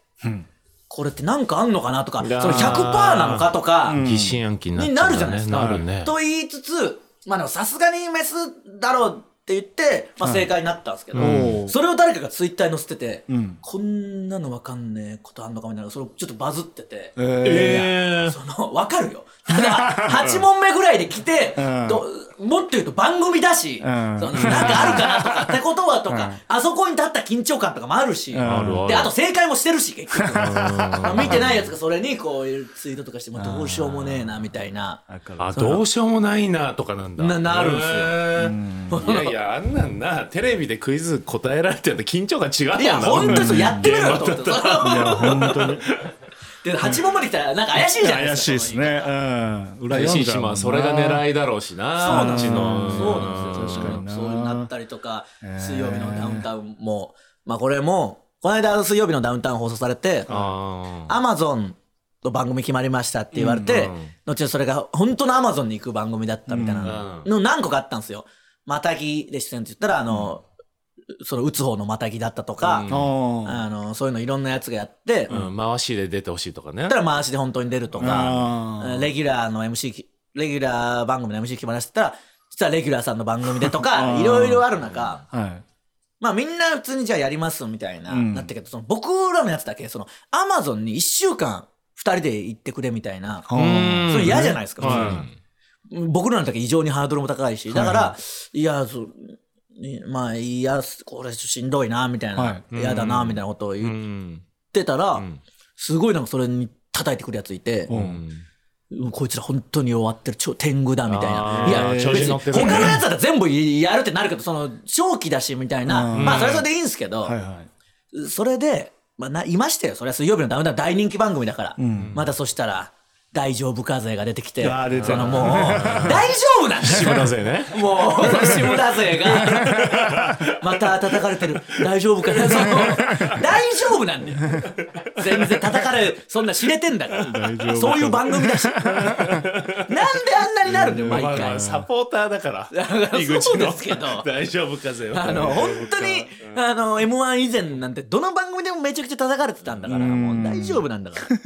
これってなんかあんのかなとか、そ
やー
の100%なのかとか、
疑心暗鬼になっち
に
うから
な
ね
るじゃないですか。
なるね。
と言いつつ、まあでもさすがにメスだろうって言って、まあ正解になったんですけど、
うん
それを誰かがツイッターに載せてて、
ん
こんなのわかんねえことあんのかみたいな、それちょっとバズってて、
え
えー
その、わかるよ。ただ、8問目ぐらいで来て、
うん
どもっと言うと番組だし、
ん
そのなんかあるかなとか、ってことはとか、あそこに立った緊張感とかもあるし、
あるある
で、あと正解もしてるし、結局。見てないやつがそれにこういうツイートとかして、もうどうしようもねえな、みたいな。
ー。わかる
あ、どうしようもないなとかなんだ。
ななるんすよ
すよ。いやいや、あんなんな、テレビでクイズ答えられてると緊張感違うもんな。
いや、本当にそう、やってみろよと思って。
いや、本当に。
で、8問まで来たら、なんか怪しいじゃないで
怪
す
し
か。
いです
その
ね。うん。裏
嬉
読
し
ん
い
じ
し
ゃうもん
まあ
な
それが狙いだろうしな
そうなんですよ。
うちの
そうなんですよ。
確かにな
そうなったりとか、
えー
水曜日のダウンタウンも、まあこれも、この間水曜日のダウンタウン放送されて、
あー
アマゾンの番組決まりましたって言われて、
うんうん
後にそれが本当のアマゾンに行く番組だったみたいな
うん
の何個かあったんですよ。またぎで出演って言ったら、あの、その打つ方のまたぎだったとか、
うん
あ
あの、そういうのいろんなやつがやって、だっ
うん回しで出てほしいとかね
たら回しで本当に出るとか、
あ。
レギュラーの MC き、レギュラー番組の MC 決まらせたら、実はレギュラーさんの番組でと
う
か、
ん
いろいろある中、
はい。
まあみんな普通にじゃあやりますみたいな、
うん
なったけど、その僕らのやつだけ、その、アマゾンに1週間2人で行ってくれみたいな、
うん
それ嫌じゃないですか、
うん
普通に僕らの時は異常にハードルも高いし、だから、、
はい
や、そういまあ、いや、これしんどいな、みたいな、
はい
嫌だな、みたいなことを
う
言っ
ん
てたら、
うん
すごいなんかそれに叩いてくるやついて、
う
うんん
うんこいつら本当に終わってる、超天狗だ、みたいな。
あー
いや、
調
別
子
に
乗って
他
るね
のやつだったら全部やるってなるけど、その、正気だし、みたいな。
うん
まあ、それはそれでいいんですけど、
はいはい。
それで、まあ、ないましたよ。それは水曜日のダウンタウン大人気番組だから。
ん
またそしたら、大丈夫風が出てきて、
あー出てた
そのもう、大丈夫なんですよ。
志村勢ね
もう、志村勢が、 また叩かれてる。大丈夫かなその、大丈夫なんだよ。全然叩かれる。そんな知れてんだから。そういう番組だし。なんであんなになるんだよ、毎
まあま
回
あ。サポーターだから
から
井口
そう
の
ですけど
大丈夫風は
あの、本当に、あの、M1 以前なんて、どの番組でもめちゃくちゃ叩かれてたんだから、もう大丈夫なんだから。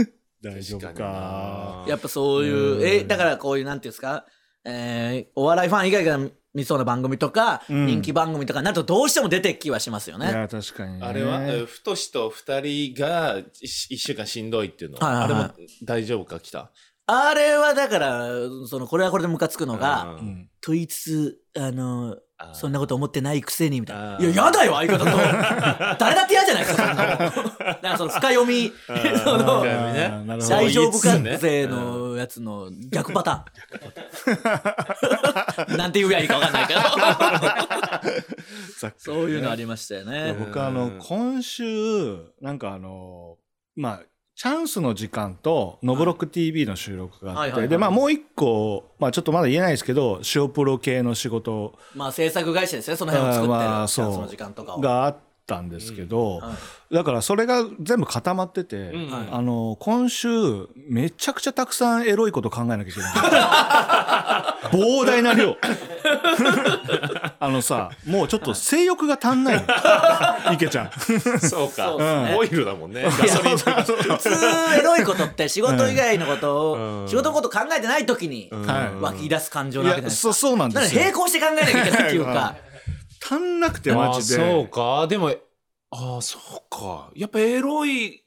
大丈夫
確か
か。
にな
やっぱそういう、え、だからこういう、なんていうんですか、えーお笑いファン以外が見そうな番組とか、
うん
人気番組とかになると、どうしても出てきはしますよ
い
ね。
や、確かにね。
あれは、えーふとしと二人が一一週間しんどいっていうの、
はいはいはい
あれも大丈夫か来た
あれはだから、その、これはこれでムカつくのが、
うん。
と言いつつ、あの、
あー
そんなこと思ってないくせに、みたい
あ
な。い
ー
や、やだよ、相方と。誰だって嫌じゃないですか、そんなのなんかその、深読み、 その、
あーなるほど
大丈夫
そ
か
う言いつつね
勢のやつの逆パターン。なん て言うやいいか分かんないけど。
ざっくりね
そういうのありましたよ
いや
ね。
僕あ
う
の
ん
今週なんかあのまあチャンスの時間と「ノブロック TV」の収録が
は
あ
い
っ
はいはいは
て
い
でまあもう一個まあちょっとまだ言えないですけど塩プロ系の仕事
まあ制作会社ですね、その辺を 作ってる。
あーまあ
そ
そう
の時間とかを。
があったんですけど
うんは
だからそれが全部固まってて
うん
はい
あの今週めちゃくちゃたくさんエロいこと考えなきゃいけ ない膨大な量 あのさもうちょっと性欲が足んない のいけちゃん
そうか
そうですね
オイルだもん ねガソリンとか
普通、エロいことって仕事以外のこと
う
を、
ん
仕事のこと考えてない時に
はい
湧き出す感情
い
なわけじゃな
や
いです
そ
か。
そうなんで
だから
すよ
並行して考えなきゃいけないっていうか、
足んなくてマジで
あーそうかでもああそうかやっぱエロい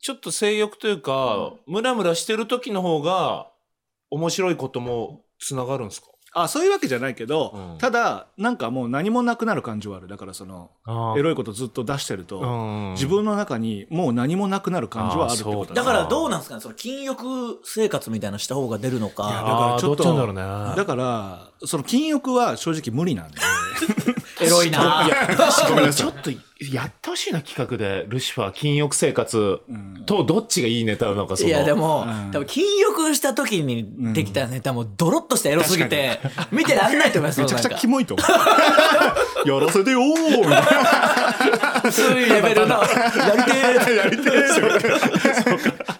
ちょっと性欲というか、ムラムラしてる時の方が面白いこともつながるんですか
あそういうわけじゃないけど、
うん
ただなんかもう何もなくなる感じはあるだからそのエロいことずっと出してると、
うん
自分の中にもう何もなくなる感じはあるってこと
あそう
だからどうなんですかね、その禁欲生活みたいなのした方が出るの
いや
か、
だから
あー
ちょっと
どっちなんだろうね
だからその禁欲は正直無理なんで
エロいな。
ちょっとやってほしいな企画でルシファー禁欲生活
ん
とどっちがいいネタなのかそ
い
の
やでも、
うん
多分禁欲した時にできたネタもドロッとしたエロすぎて、見てらんないと思いますよ
めちゃくちゃ
なんか
キモいと思うやらせてよーみたいな
そういうレベルの、やりてえ
やりてえ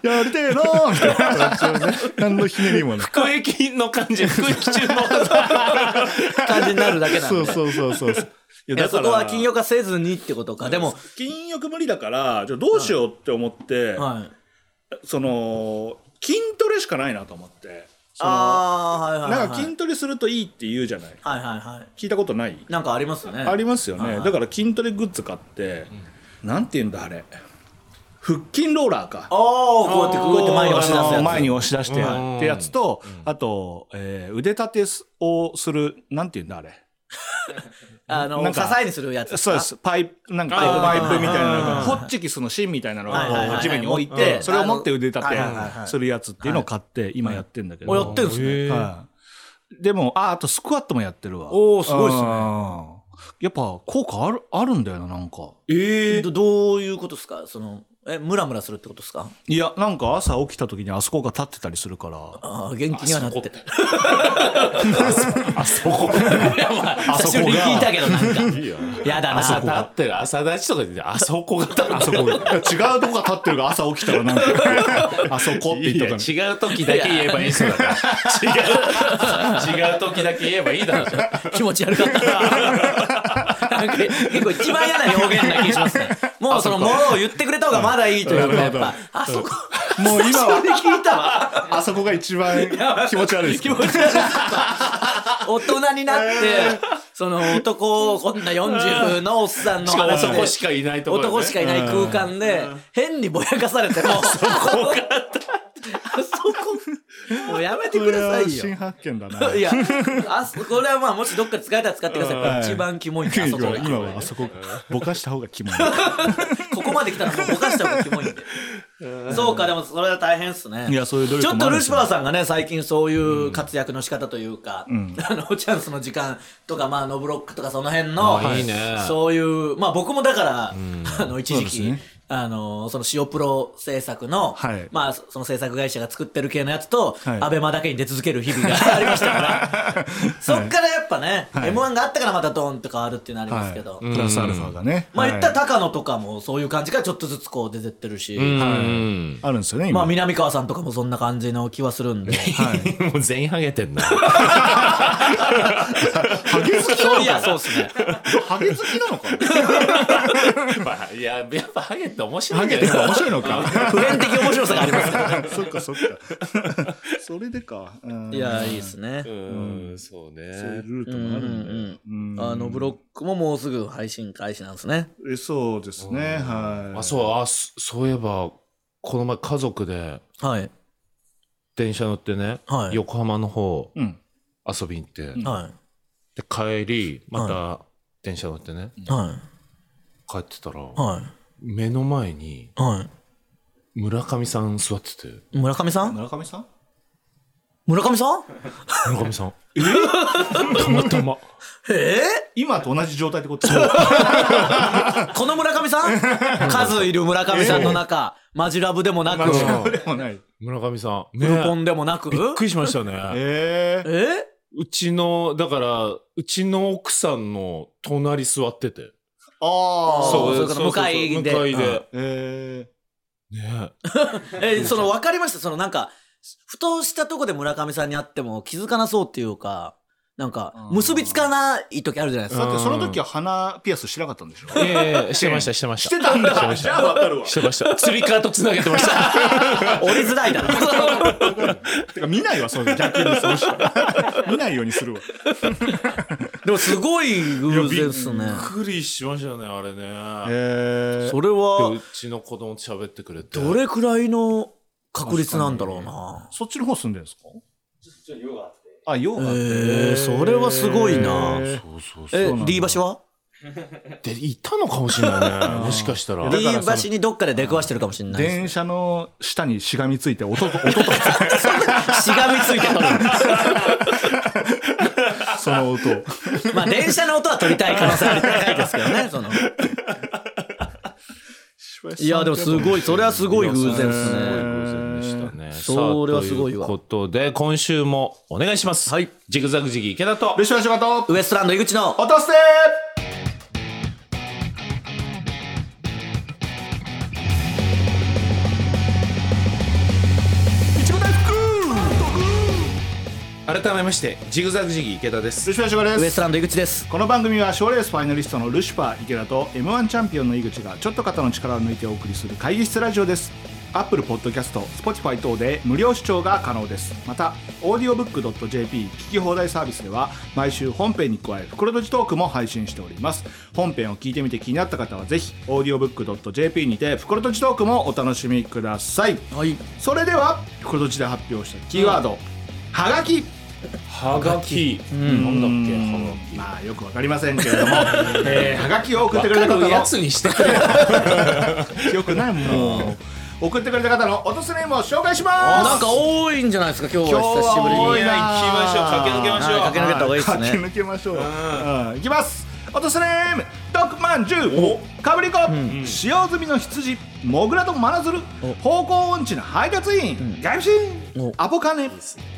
やりてえなーみたいな感じをね何のひねりもない
服役の感じ服役中の
感じになるだけなんで。
そうそうそうそうそういや
いやそこは禁欲化せずにってことか。でも、
禁欲無理だからじゃあどうしようって思って、
はい。
その筋トレしかないなと思ってその
ああー、はいはいは。
ないんか筋トレするといいって言うじゃない
はいはいはい。
聞いたことない、
なんかありますね。
ありますよね、
はい
だから筋トレグッズ買って、なんて言うんだあれ腹筋ローラーか
ああ、こうやってこうやって前に押し出す
あの
やつ。
前に押し出して
うん
ってやつと、あと、えー腕立てをするなんて言うんだあれ
あの、
なん
支
か
えにするやつか。
そうですパイプなんか
あ
パイ
ー
プみたいなのが
あー
ホッチキスの芯みたいなの
はいはいはい
をこ
はいう
地面に置い
うん
てそれを持って腕立
は
て
いはいはいはい
するやつっていうのを買って今やってんだけど、
お、やってるんですね。
はい、でもああとスクワットもやってるわ
おーすごいっすね
ねやっぱ効果あるあるんだよななんか
ええ
どどういうことですかそのえムラムラするってことですか
いやなんか朝起きた時にあそこが立ってたりするから
ああ元気にはなってた
あそこ
いやまあ
あそ
久
こ
しぶりに
が
聞いたけどなんか
いや
やだな
朝立ってる朝立ちとか言ってあそこが立ってる
あそこ 違うとこが立ってるから朝起きたらなん かあそこって言っ
い
た
や
から
違う時だけ言えばいい人だから違う違う時だけ言えばいいだろ
気持ち悪か ったななんか結構一番嫌な表現な気がしますねもうそのものを言ってくれた方がまだいいというかやっぱあそこ
もう今は
で聞いたわ
あそこが一番気持ち悪いですけ
気
ど
持ち悪かった大人になってその男をこんな40のおっさんの
しかも
話で
男しかいないところでね
男しかいない空間で変にぼやかされても そこあそこもうやめてくださいよ
新発見だない
や、あそこれはまあ、もしどっかで使えたら使ってください。やっぱ一番キモ いんで、あそこが
今はあそこぼかした方がキモい
ここまで来たらもうぼかした方がキモいんで。そうか、でもそれは大変っすね。
いやそういう努力
ちょっ
も
と
ある
ル
し
シファーさんがね、最近そういう活躍の仕方というか、あの、チャンスの時間とか、まあ、ノブロックとかその辺の、
あいいね
そういう、まあ僕もだから、あの、一時
そうです
期
ね、
あの、その塩プロ制作の
はい、
まあ、その制作会社が作ってる系のやつと、
はい
アベマだけに出続ける日々があり ましたから、そっからやっぱね、
はい
M1 があったからまたドーンと変わるっていうのありますけど、
はい、プラスアルファがね、
まあ言ったら
はい
高野とかもそういう感じからちょっとずつこう出てってるし、
うん
あるんですよね今、
まあ南川さんとかもそんな感じの気はするんで。
もう全員ハゲてんな。
そういや、そうですね。
ハゲ好きなのか
まあいや、やっぱハゲって面白
ハ
い
ゲ
け
って
ど。
面白いのか
普遍的面白さがありますから。
そっかそっかそれでかうん
いや、いいですね。
うん、そう
そういう
ね。
ルートもあるんで、うん
あの、ブロックももうすぐ配信開始なんですね。
えそうですね、はい
あ、そう、あ、そそういえば、この前家族で
はい。
電車乗ってね、
はい
横浜の方
う、ん、
遊びに行って、
は
で、帰り、また電車乗ってね、
い。は
帰ってたら、
い。は
目の前に
い。は
村上さん座ってて、
い。村上さん
村上さん
村上さん
村上さん。 えたまたま。
え
今と同じ状態ってこと
ーこの村上さん数いる村上さんの中、マジラブでも なく、
ジラ
ム
ブ
でもない
村上さん。
ルポ
ね
ンでもなく、
びっくりしま したね。
ええ
え
うちの、だから、うちの奥さんの隣座ってて。
ああ
そう
う
いうこと向かいで
向かいで。
え
ね
え、その、わかりました。その、なんか、ふとしたとこで村上さんに会っても気づかなそうっていうか、なんか、
うん
結びつかない時あるじゃないで
え
すか。
だってその時は鼻ピアスしなかったんでしょ
え。いやい やしてました、してました。して
たんだ
してまし
じゃあわかるわ
た。してました。 釣り革と繋げてま した。
折りづらいだろ。
てか見ないわそういうの逆にそうした ら見ないようにするわ
でも、すごい偶然ですね
び。っくりしましたね、あれね。
ええ
それ
で
は
う、ちの子供と喋ってくれて。
どれくらいの確率なんだろうな。
そっちの方住んでるんですかあ用があって
えー、それはすごいな。
え
そうそうそう。
え
うなん、だ
D 橋は
で、いたのかもしれ ないね。もしかしたら。
だ
?D
からその
橋にどっかで出くわしてるかもしれないで
電車の下にしがみついて音と音 と
す。しがみついて撮る。
その音を
まあ、電車の音は撮りたい可能性あり高いですけ どね、その。いや、でもすごい、それはすごい偶然で
いやすごい
すね。
偶然でしたね。
それはすごいわ
さあということで、今週もお願いします。はい。ジグザグジギー池田と
レ。シュラ仕事
ウエストランド井口の
落としていちご大福
改めまして、ジグザグジギー池田です。
ルシファーシュガー
ウ
で
エス
す
トランド井口です。
この番組は賞レースファイナリストのルシファー池田と m 1チャンピオンの井口がちょっと肩の力を抜いてお送りする会議室ラジオですアップルポッドキャスト Spotify 等で無料視聴が可能ですまた audiobook.jp 聞き放題サービスでは毎週本編に加え袋閉じトークも配信しております本編を聞いてみて気になった方はぜひ audiobook.jp にて袋閉じトークもお楽しみください
はい。
それでは袋閉じで発表したキーワード、はがき
はがき。なんだっけ、はがき。
まあよくわかりませんけれども、 えー、はがきを送ってくれた方
わかるや
の
つにしてくれよ
よくないもう送ってくれた方の落とすネームを紹介しま
なん
す
か多いんじゃないですか、今日
今日
は久しぶり
は多
に
い。な
行きましょう駆け抜けましょう
はい駆け抜けた方がいいっすね
駆け抜けましょう、うんいきます落とすねー毒まんじゅうかぶりこ、使用済みの羊モグラと真鶴方向音痴の配達員、外
お
神アポカネ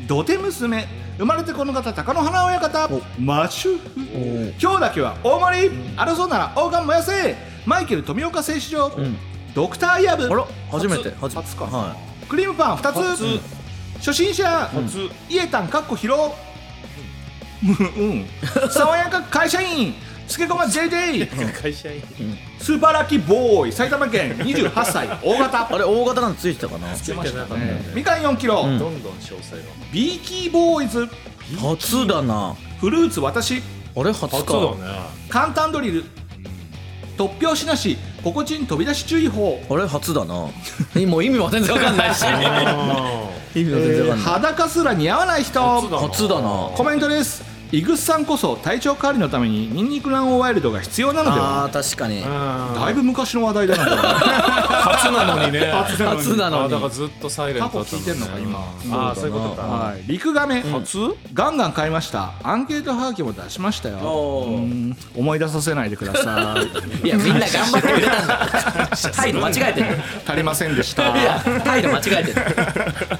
土手娘生まれてこの方鷹の花親方マッシュフ今日だけは大盛り、争うなら王冠燃やせマイケル富岡製糸場、
ん
ドクターイヤブ
あら初めて
初初か
は
クリームパン2つ
初
うん初心者、
初
イエタンかっこ疲労うん爽やか会社員つけこま JJ
会社員
スーパーラッキーボーイ埼玉県28歳大
い、あ
型
れ大型なんてついてたかな
つけましたね
ねみかん4キロ、
うん
どんどん詳細が
ビーキーボーイズ
初だな
フルーツ私
あれ初か
初だね
簡単ドリル突拍子なし心地に飛び出し注意報
あれ初だな もう意味も全然わかんないし意味も全然わかんない、
裸すら似合わない人
初だな
コメントですイグスさんこそ体調管理のためにニンニク卵ワイルドが必要なのでは
あー確かに
だいぶ昔の話題だなこれ
初なのにね初
初な
だ
の
か
に
らずっとサイレントだった
過去聞いてんのか今
ああそういうことか
はいリクガメ初ガンガン買いましたアンケートハガキも出しましたよ
お
う
ー
ん思い出させないでください
いやみんな頑張ってくれたん だ態度間違えてる
足りませんでした
いや態度間違え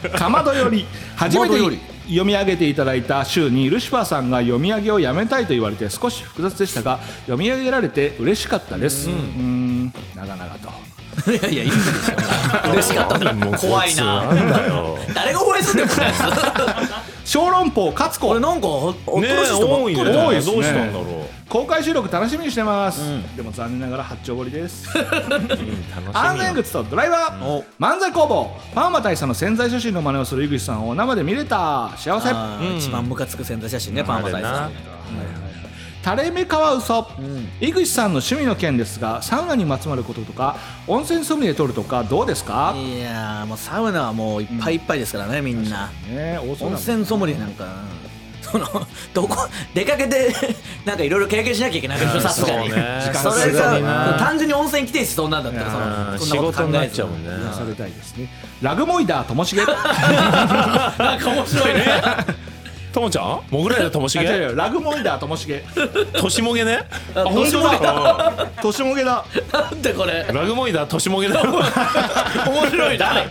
てる
かまどより初めて
かまどより
読み上げていただいた週にルシファーさんが読み上げをやめたいと言われて少し複雑でしたが読み上げられて嬉しかったですうん長々と
いやいやいいんですよ嬉しかったな怖いな
なんだよ
誰が応援すんだよこれ
小籠包勝子
これなんかほおっと
ね
ろしい人ばっ
多
か
い
り
ね
だ
ど
多
う
いですね
したんだろ
公開収録楽しみにしてます、でも残念ながら八丁堀です
う
安全靴とドライバー、漫才工房パーマ大佐の潜在写真の真似をする井口さんを生で見れた幸せ
あー一番ムカつく宣材写真ねパーマ大
あ
佐
れな
垂れ目カワウソ、井口さんの趣味の件ですがサウナにまつわることとか温泉ソムリエ取るとかどうですか、ね
いやーもうサウナはもういっぱいいっぱいですからねみんな
え多そうだ
温
もん
泉ソムリエなんかその どこ出かけて なんかいろいろ経験しなきゃいけないでしょさすがに
そうね
時間
そ
が
れ
す
さ
ごい
が
な
単純に温泉来てしそんなんだったら
うん
そのそんなこ
仕事
と考えず
になっちゃうもんね
癒されたいですねラグモイダーとも しげ
なんか面白いね
ともちゃんもぐらいだともし
あ違う
げ
違うラグモイダーともしげ
としもげね
あ
本当
だ
としもげだ
なんでこれ
ラグモイダーとしもげだ
面白いな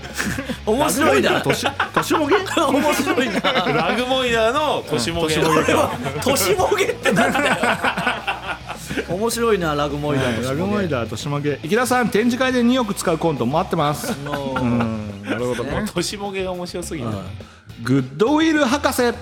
面白いな
としとしもげ
面白いな
ラグモイダーのとしもげ
これは年ボケってなんだ よ面白いなラグモイダー
ラグモイダーとしもげ池田さん展示会で2億使うコント待ってますうんなるほどね
としもげが面白すぎる
グッドウィル博士、
ん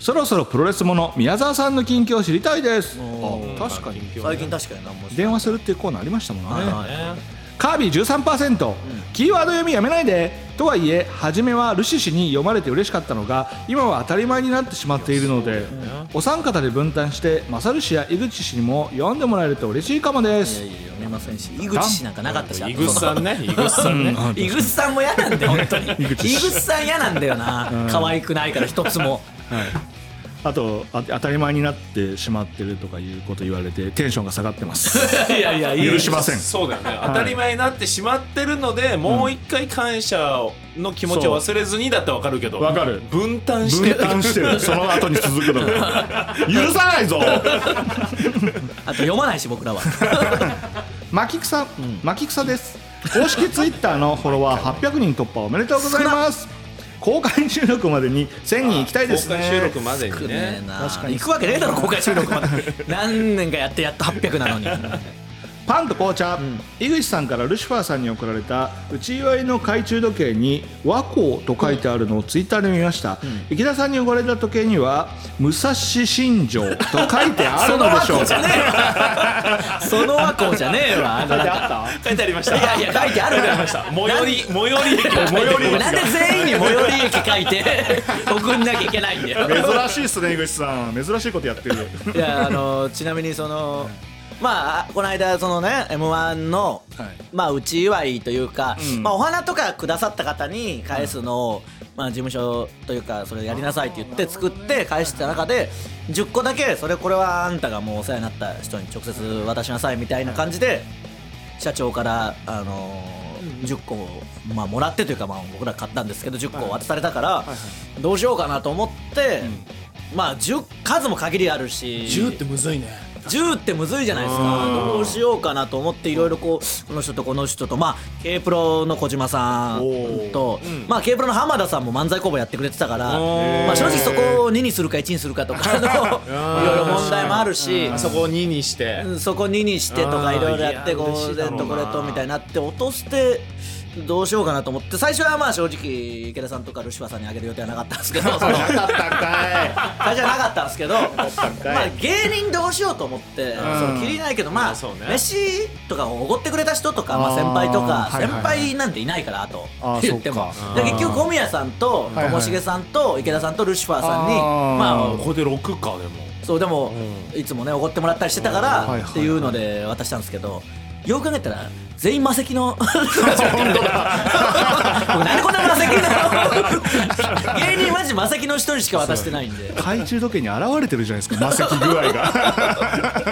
そろそろプロレスもの宮沢さんの近況を知りたいです
ん
あ確かに
最近確かにな面白い
電話するっていうコーナーありましたもんね、
はいはい
ね
カービィ13%、キーワード読みやめないでとはいえ初めはルシ氏に読まれて嬉しかったのが今は当たり前になってしまっているので、お三方で分担してマサル氏や井口氏にも読んでもらえると嬉しいかもです、
いやいや読めませんし井口氏なんかなかったし
イグスさんねイグスさんね
井口さんも嫌なんだよ本当に 井口さん嫌なんだよな可愛くないから一つも
あとあ当たり前になってしまってるとかいうこと言われてテンションが下がってます
いやいやい
許しません
そうだよね当たり前になってしまってるのでもう一回感謝の気持ちを忘れずにだったら分かるけど
わかる
分担 して
分担し てるその後に続くのが 許さないぞ
あと読まないし僕らは
巻草、巻草です公式ツイッターのフォロワー800人突破おめでとうございます公開収録までに1000人行きたいです
公開収
ね
録までに
ね
ね
えな
確かに
行くわけねえだろ公開収録まで何年かやってやっと800なのに
パンと紅茶、井口さんからルシファーさんに送られた内祝いの懐中時計に和光と書いてあるのをツイッターで見ました、池田さんに送られた時計には武蔵新城と書いてある
その
ので
和
しょう
光
か
じゃねえわその和光じゃねえ わあのなんか
あっ
書いてありました
いやいや書いてある
書いてありました最寄り最寄り駅最寄り
なんで全員に最寄り駅書いて 送んなきゃいけないんだよ
た珍しいですね井口さん珍しいことやってる
いやあのちなみにそのまあこの間そのね m 1の、
はい
まあ内祝いというか、
ん
まあ、お花とかくださった方に返すのを、まあ、事務所というかそれやりなさいって言って作って返してた中で10個だけそれこれはあんたがもうお世話になった人に直接渡しなさいみたいな感じで社長からあの10個を、まあ、もらってというか、まあ、僕ら買ったんですけど10個渡されたからどうしようかなと思って、まあ10数も限りあるし
むずいね
10ってむずいじゃないですかどうしようかなと思っていろいろこうこの人とこの人とまあ K プロの小島さんと、まあ K プロの浜田さんも漫才工房やってくれてたから、まあ、正直そこを2にするか1にするかとかの いろいろ問題もあるし
あそこを2にして
うんそこ2にしてとかいろいろやって
あーいや
こ
嬉し
う
いだ
で
ろうな
とこれとみたいになって落としてどうしようかなと思って最初はまあ正直池田さんとかルシファーさんにあげる予定はなかったんですけどその
なかったんか
最初はなかったんですけど
い
まあ芸人どうしようと思ってその切りないけどまあ
そうね
飯とかをおごってくれた人とかまあ先輩とか
あーはい
先
はいはい
輩なんていないからあと
あー
言っても
そ
で結局小宮さんと
い
と
はい
もしげさんと池田さんとルシファーさんに
あー
まあ
ここで6かでも
そうでも、いつもねおごってもらったりしてたか
うんはいはい
ら
はい
っていうので渡したんですけどよく考えたら全員魔 石の僕 なんでこんな魔石の 芸人マジ魔石の一人しか渡してな いんでで
懐中時計に現れてるじゃ ないですか魔石具合が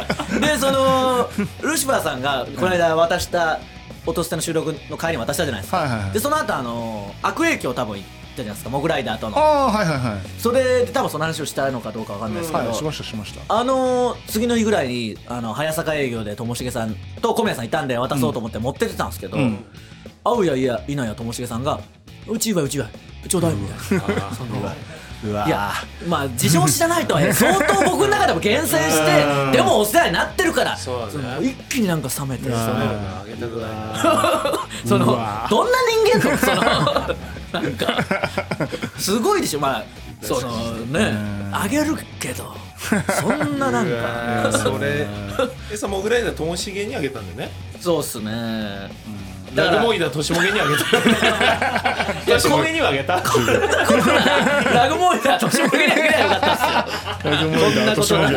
そのルシファーさんがこの間渡した「音捨て」の収録の帰りに渡したじゃないですか、
はいはいはい
でその後あの悪影響多分行ったじゃないですかモグライダーと の
ああーはいはいはい
それで多分その話をしたのかどうかわかんないですけど、
はいしましたしました
あのー次の日ぐらいにあの早坂営業でともしげさんと小宮さんいたんで渡そうと思って持ってってたんですけど、
ん
会うやいやいないやともしげさんが「うち祝いうち祝いちょうだい」みたいな。
うわ
いやまあ自称知らないとはね相当僕の中でも厳選してでもお世話になってるから
そうだね
その一気になんか冷めて
あげたくないな
そのどんな人間なのそのなんかすごいでしょまあそのねあげるけどそんななんか。
それえさモグライダーともしげにあげたんだよね
そうっすね。
だ
だか
か
ら
ら
も
モ
う
イダーとしもげにあげたいやしもげにはあげた
ラグモイダーとしもげにあげりゃよかったっ
ラグモイダーとしも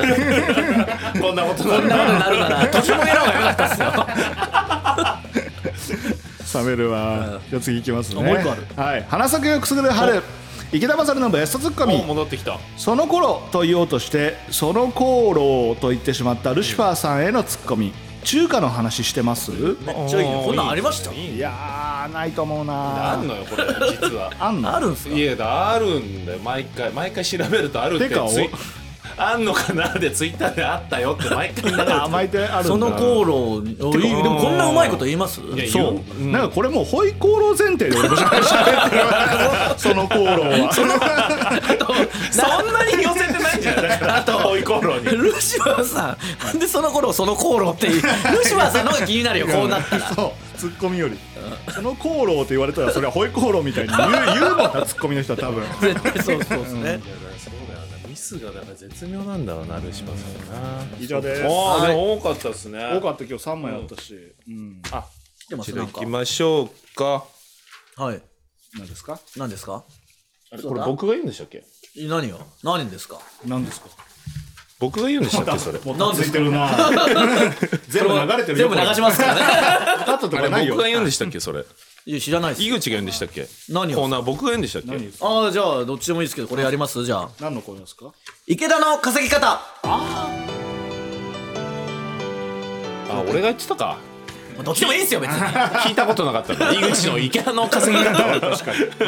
げ
こんなこと
すよ。こんなことになるなら、としもげの方がよかったっすよ。
冷めるわじゃあ次いきますね
もう一個ある
はい花咲がくすぐる春池田勝のベストツッコミ
もう戻ってきた
その頃と言おうとしてその頃と言ってしまったルシファーさんへのツッコミ中華の話してます
めっちゃいいねこんなんありました
いいね
いやーないと思うな
あんのよこれ実は
あんの
あるんすか
いやだあるんだよ毎回毎回調べるとあるって
てかお
ツイあんのかなでツイッターであったよって毎回な る
甘えてあるんだ
その航路に、おいいでもこんなうまいこと言います
いや
そう、
うん
なんかこれもうホイコーロー前提で俺もしゃべってるわ その航路は
そんなに寄せてないんじゃないだからあとホイコーローに
ルシファーさん、なんでその頃をその航路っていう、ルシファーさんの方が気になるよ、こうなったら。
そうツッコミよりその航路って言われたらそれはホイコーローみたいに言う言うもんなツッコミの人は多分
絶対そうそうですね。
そうだよなミスがだから絶妙なんだろうなルシファーさんな
以上です
ああ
はい
でも多かったですね
多かった今日3枚あったし、うん、
来てま
ち
す
ょ
な
っ
ん
と
か
行き。ましょうか
はい。
何ですか
何ですか
あれこれ僕が言うんでしたっけ
何よ何ですか
何ですか
僕が言うんでしたっけそれ
もう
何
ついてるな全部流れてる
全
よ
部流しますからね。
カットと
あ
か
れ
ないよ
僕が言うんでしたっけそれ
いや、知らないっす
井。口が言うんでしたっけ
何を
コーナー僕が言うんでしたっけ
何ですか
ああ、じゃあ、どっちでもいいですけど、これやりますじゃあ。
何の声ですか
池田の稼ぎ方
あ俺が言ってたか
どっちでもいいですよ別に、ま
聞いたことなかったから井口 の池田の稼ぎ方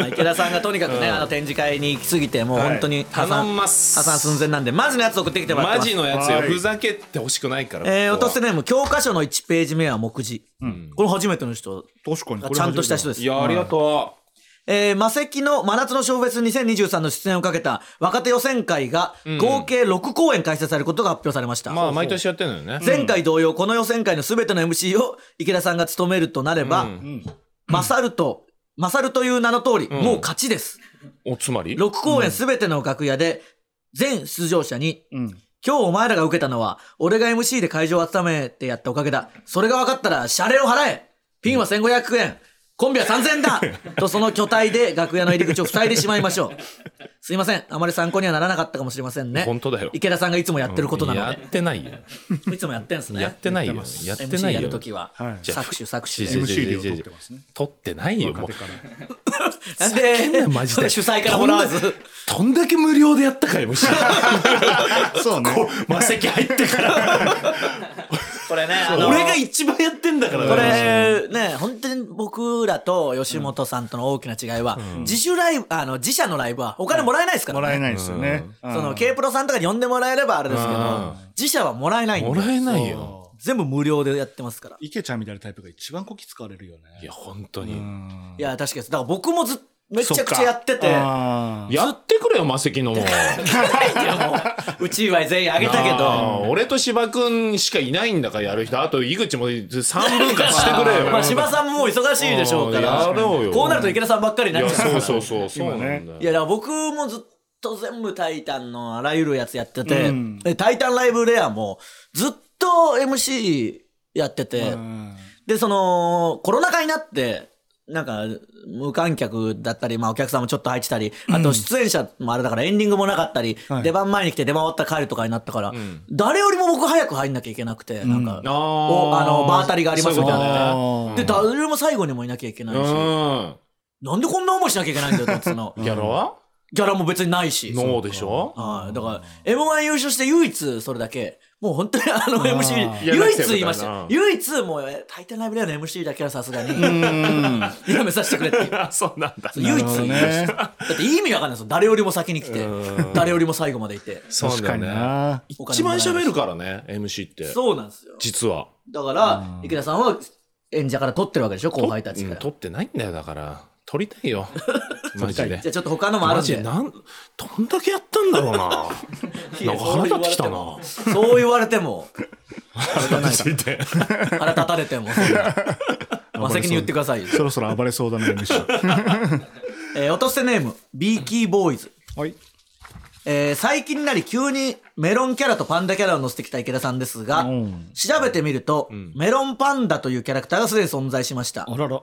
あ、池田さんがとにかくね、あの展示会に行き過ぎてもう本当に破
頼
産,、
んます
破産寸前なんでマジのやつ送ってきてもらって
マ
ます
ジのやつよ
はい
ふざけてほしくないから
えー、落
ことこは
せネーム教科書の1ページ目は目次、これ初めての人
確かに
ちゃんとした人です
いやありがと
えー、魔石の真夏の小フェス2023の出演をかけた若手予選会が合計6公演開催されることが発表されました、
うまあ毎年やってるのよね
前回同様この予選会の全ての MC を池田さんが務めるとなれば、
うん
勝ると勝るという名の通り、
ん
もう勝ちです
おつまり
6公演すべての楽屋で、全出場者に、今日お前らが受けたのは、俺が MC で会場を集めてやったおかげだ。それが分かったら、謝礼を払えピンは1500円コンビは3000 円だとその巨体で楽屋の入り口を塞いでしまいましょう。すいません。あまり参考にはならなかったかもしれませんね。
本当だよ
池田さんがいつもやってることなの
や
で。
ってないよ
いつもやってんすね。
やってないよやってない
MC や
よ
るときは、
じゃあ
搾取搾取で。
MC 料取ってますね
取ってないよもう
なん で、
マジで
主催からもらわず。
とんだけ無料で やったかよむしろ
そうね
魔石入ってから
これね、あの
俺が一番やってんだからね
これね、本当に僕らと吉本さんとの大きな違いは、自主ライブ、あの、自社のライブはお金もらえないですから
も
ね。
らえないですよね。うん
その、K プロさんとかに呼んでもらえればあれですけ
う
ど
ん、
自社はもらえないんで。
もらえないよ
そう。全部無料でやってますから。
池ちゃんみたいなタイプが一番こき使われるよね。
いや本当
う
に
ん
いや、確かに。だから僕もずっめちゃく
そ
ちゃ
っか
やってて、
あー
やってくれよ魔石のも
うち祝い全員あげたけど、
あー俺と芝君しかいないんだからやる人あと井口も3分割してくれよ
まあ、芝さんももう忙しいでしょうか
や
ら、
ろうよ
こうなると池田さんばっかりに
い
なっ
や
ちゃう
そうそうそうそうなんだよ
いや、だから僕もずっと全部タイタンのあらゆるやつやってて、
うん
でタイタンライブレアもずっと MC やってて、
うん
で、その、コロナ禍になって、なんか、無観客だったり、まあお客さんもちょっと入ってたり、あと出演者もあれだからエンディングもなかったり、
はい
出番前に来て出番終わったら帰るとかになったから、
ん
誰よりも僕早く入んなきゃいけなくて、なんか、
あー
おあの、場当たりがありますみたい
そういうことだ
な。
ね
あ
で、誰よりも最後にもいなきゃいけないし、なんでこんな思いしなきゃいけないんだよと思ってたの
うんギャラは
ギャラも別にないし。
ノーでしょ
はい、だから、M1 優勝して唯一それだけ、もう本当にあの MC、
いや
唯一言いました
な
よ
ん。て
唯一もう、タイタンライブレアの MC だけはさすがに、
うん
やめさせてくれっていう。
あそうなんだ
な
唯一
るほ
言
ど
いました。
ね
だって意味わかんないですよ。誰よりも先に来て、誰よりも最後までいて。
そうなんだよね
な。
お金
一
もら
番
えない
喋るからね MC って
そうなんですよ。
実は
だから、池田さんは演者から取ってるわけでしょ、後輩たち
う
か
ん
ら。
撮ってないんだよだから撮りた いよマジで
じゃあちょっと他のもある
マ
ん
ジで
で。
なんどんだけやったんだろうななんか腹立ってきたな
そう言われても、
腹立ってき て
腹立たれても、そんな まあ先に言ってくださいよ。
そろそろ暴れそうだね、MC。
えー落とせネーム、ビーキーボーイズ。
はい。
えー最近になり急にメロンキャラとパンダキャラを乗せてきた池田さんですが、
うん
調べてみると、メロンパンダというキャラクターがすでに存在しました、
らら。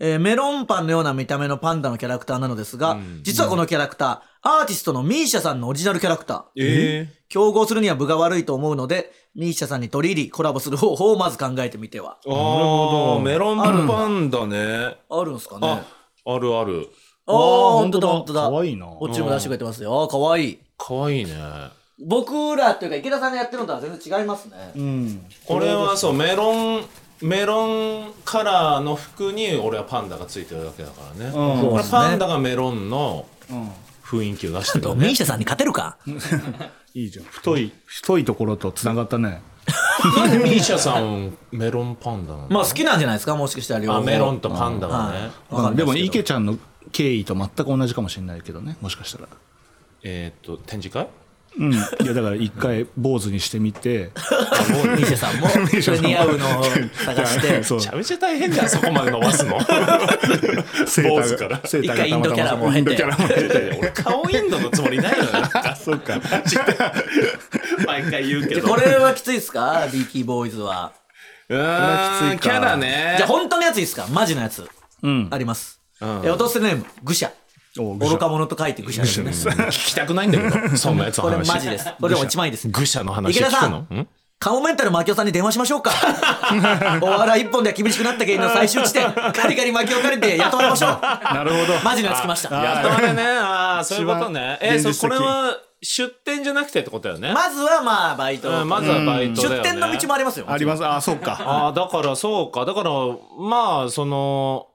えーメロンパンのような見た目のパンダのキャラクターなのですが、実はこのキャラクター、アーティストのミーシャさんのオリジナルキャラクター。
え
競合するには分が悪いと思うので、ミーシャさんに取り入りコラボする方法をまず考えてみては。
えああメロンパンダね
あるんすかね
ああるある
あー、ほんとだほんとだ。
可愛いな。
こっちも出してくれてますよ。かわいい。
可愛いね
僕らというか池田さんがやってるのとは全然違いますね。
うん。
これはそうメロンメロンカラーの服に俺はパンダがついてるだけだからね、
そう
これパンダがメロンの雰囲気を出してるよ
ミー
ね
シャさんに勝てるか
いいじゃん。太い、太いところと繋がったね。
なんでミーシャさんメロンパンダなの、
まあ好きなんじゃないですかもしかしたら両
あ
方
メロンとパンダがね、
はい
でも、池ちゃんの経緯と全く同じかもしれないけどね、もしかしたら。
えーっと展示会
うん。いや、だから一回坊主にしてみ て、
ミーシャさんもそれ似合う のを探して
そう
めちゃめちゃ大変じゃんそこまで伸ばすの
セーター
坊主から
セーター
一回インドキャラも
イ
経
ンド
て
キャラも経て。
俺顔インドのつもりないのよなんか
そっか。
毎回言うけ
で
ど
これはきついっすかビーキーボーイズは
うーんキャラね
じゃあ本当のやついいっすかマジのやつ
うん。
ありますえ
ん
落とせネーム愚者
お愚
愚
者
か者と書いて愚者ですね
聞きたくないんだけどそんなやつの
これ
話
マジですこれでも一番いいです
愚者の話
池田
聞
さ
く
ん
のん
カモメンタルマキオさんに電話しま しょうかお笑い一本では厳しくなった芸人の最終地点カリカリマキオカリで雇われましょう
なるほど。
マジのやつ来ました
やっとあれね、ああ、そういうことね。え、
現
そ
実
う
的
これは出店じゃなくてってことだよね。
まずはまあバイト
うんまずはバイトだ
出
よね。
店の道もありますよ
あります。あ、そっか。
ああ、だからそうか。だから、まあ、その、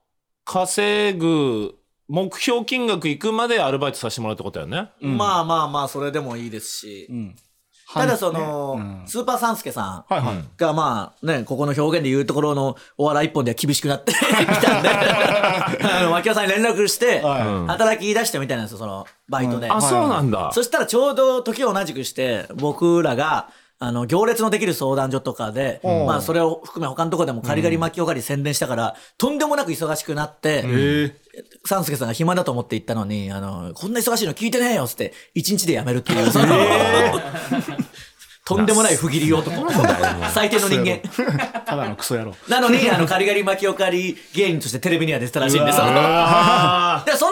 稼ぐ、目標金額いくまでアルバイトさせてもらうってことだよね。
まあまあまあそれでもいいですし、
ん
ただその、
ねうん
スーパーサンスケさん
はいはい。
がまあねここの表現で言うところのお笑い一本では厳しくな ってきたんであの脇尾さんに連絡して、
は
働き出してみたいなんですよそのバイトで、
あ、そうなんだ。
そしたらちょうど時を同じくして僕らがあの行列のできる相談所とかで、まあ、それを含め他のとこでもカリガリ巻きおかり宣伝したから、とんでもなく忙しくなって、三助さんが暇だと思って行ったのに、あの、こんな忙しいの聞いてねえよっつって、一日で辞めるっていう、そのとんでもない不義理男。最低の人間。
ただのクソ野郎。
なのに、あの、カリガリ巻きおかり芸人としてテレビには出てたらしいんですよ。
あ
で、その、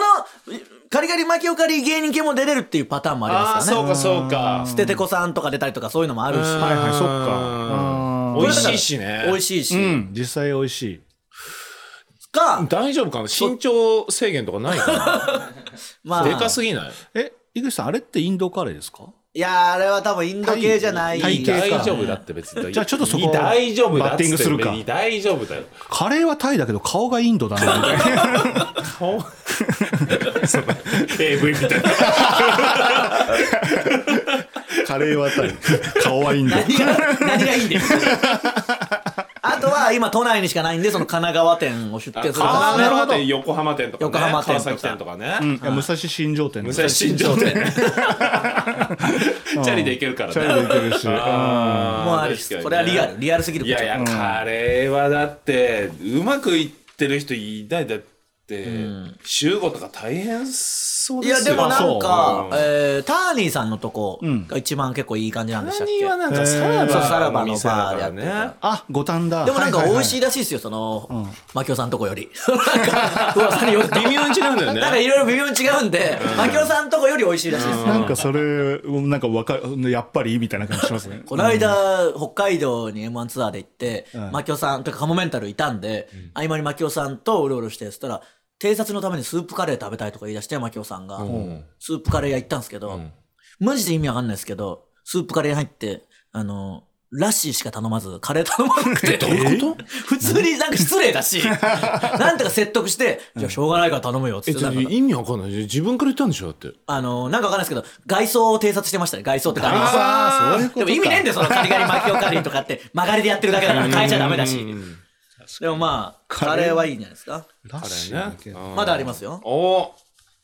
カリガリ巻きおかり芸人系も出れるっていうパターンもあり
あ
ま
ー、
すから
そう
ね。
かそうか。
捨ててこさんとか出たりとかそういうのもあるし。
はいはい、そっ
うん
か。
美味しいしね。
美味しいし。
うん、実際美味しい。
か、
大丈夫かな身長制限とかないか
ま
なでか
あ、
すぎない
え、井口さん、あれってインドカレーですか
イいやーあれは多分インド系じゃない。
体型
大丈夫だって別に。
じゃあちょっとそこ
いい大丈夫だっつって
バッティングするか
いい大丈夫だよ。
カレーはタイだけど顔がインドだなみたいな
AV みたいな。
カレーはタイ。顔はいいんだ。
何が、何がいいんだよ。 あとは今都内にしかないんで、その神奈川店を出店すると
あ
か
あ、
神
なるほ
奈川なるほど
ど。横浜店とかね。
横浜店とか
川崎店とか
うん
ね。
いや武蔵新城店
武蔵新城店。 チャリで行けるからね。
チャリで行けるし
あー
もうあ
確か
る
に
し、
ね
これはリアル、リアルすぎる
いやいや、カレーはだって、うまくいってる人いないだって、週5とか大変そう
い
ですよ
やでもなんか、
そう
えーターニーさんのとこが一番結構いい感じなんでしたっ
何は
け、
なんかさらば
そうさらばの
店だか
バ
ら
ーで
ね
やっ
あ五反田
でもなんか美味し
い
いらしいですよ、その、マキオさんとこより。なんか噂によると
微妙に違うんだよね
なんかいろいろ微妙に違うんで、マキオさんとこより美味しいらしいです。
なんかそれなんかわかやっぱりみたいな感じしますね
この間、北海道に M1 ツアーで行って、マキオさん、とかカモメンタルいたんで、合間にマキオさんとうろうろして、そしたら、偵察のためにスープカレー食べたいとか言い出して、マキオさんが、スープカレー屋行ったんですけど、マジで意味わかんないですけど、スープカレー屋入って、あの、ラッシーしか頼まず、カレー頼まなくて。どういうこと 普通になんか失礼だ し、なんとか説得して、じゃあしょうがないから頼むよっつ
え
って
ちょ
な
っ
ん
と
か、
意味わかんない自分から言ったんでしょだって
あの、なんかわかんないですけど、外装を偵察してましたね。外装って外装。
ああそういうこと
でも意味ねえんだよ、そのカリカリマキオカリとかって、曲がりでやってるだけだから変えちゃダメだし。でもまあ、カレーはいいんじゃないですか。
らしい
ね
まだありますよ。
おー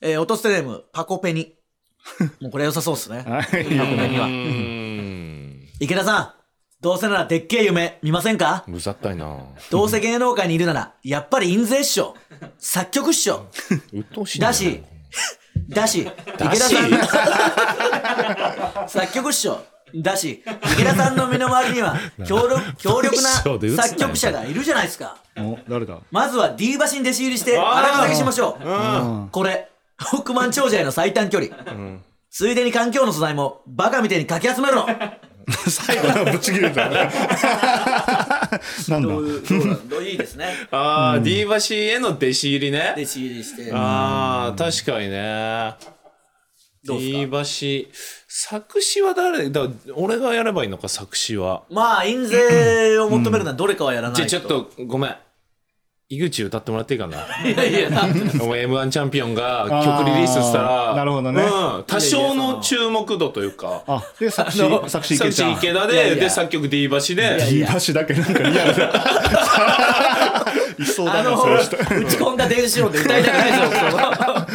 えー、落とすネーム、パコペニ。もうこれ良さそうっすね。パコペニは。
うーん
池田さん、どうせならでっけえ夢見ませんか
うざったいな
どうせ芸能界にいるなら、やっぱり印税っしょ。作曲っしょ。
うっとうしいな
だし、だし、池田さん、作曲っしょ。だし、池田さんの身の回りには強力強力
そうで打つ
な
な
作曲者がいるじゃないですか。
お誰だ
まずは D バシに弟子入りして荒稼ぎしましょう。これ、億万長者への最短距離。ついでに環境の素材もバカみたいにかき集めろ。
最後のぶち切れたなんだ
どういう、どうなんどういいですね。
あー D 橋への弟子入りね
弟子入りして。
ああ、確かにね。
どうっすか
D 橋。作詞は誰だから俺がやればいいのか、作詞は。
まあ、印税を求めるのはどれかはやらない
じ
と。
ゃあちょっ。とごめん。井口歌ってもらっていいかな
いやいや、なんで
お前 M1 チャンピオンが曲リリースしたら、
あーなるほどね
うん、多少の注目度というか、
あで作詞作詞い
作
けち
詞
ゃん
池田
いやい
で、
や
で、作曲 D 橋
やい
で、
いい橋だけなんかリア ルだ。いそう
あ
だ
の、
な、そ
打
ういう人。
ち込んだ電子音で歌いたくないですよ、その。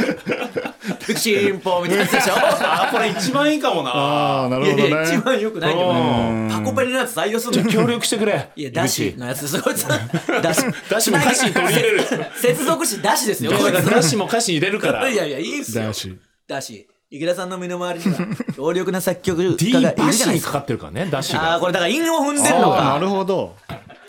チンポみたいなやつでしょ。
あー、これ一番いいかもな。
ああ、ないる
や
ほ
い
ど
や、一
ね。
番良くないけどね、パコペリのやつ採用するんだよ。
協力してくれ。
いや、ダシのやつです、こいつ。ダシ。
ダシも歌詞に取り入れる。
接続詞ダシですよ、こ
だ
い
から
つ。
ダシも歌詞入れるから。
いやいや、いいっすよ
だ。し
ダシ。池田さんの身の回りには強力な作曲
D
家がいる
橋
じゃない
に
です
か
か。
かってるからね、ダシ
ああー、
が。
これだから韻を踏んでるの
あな
か。
るほど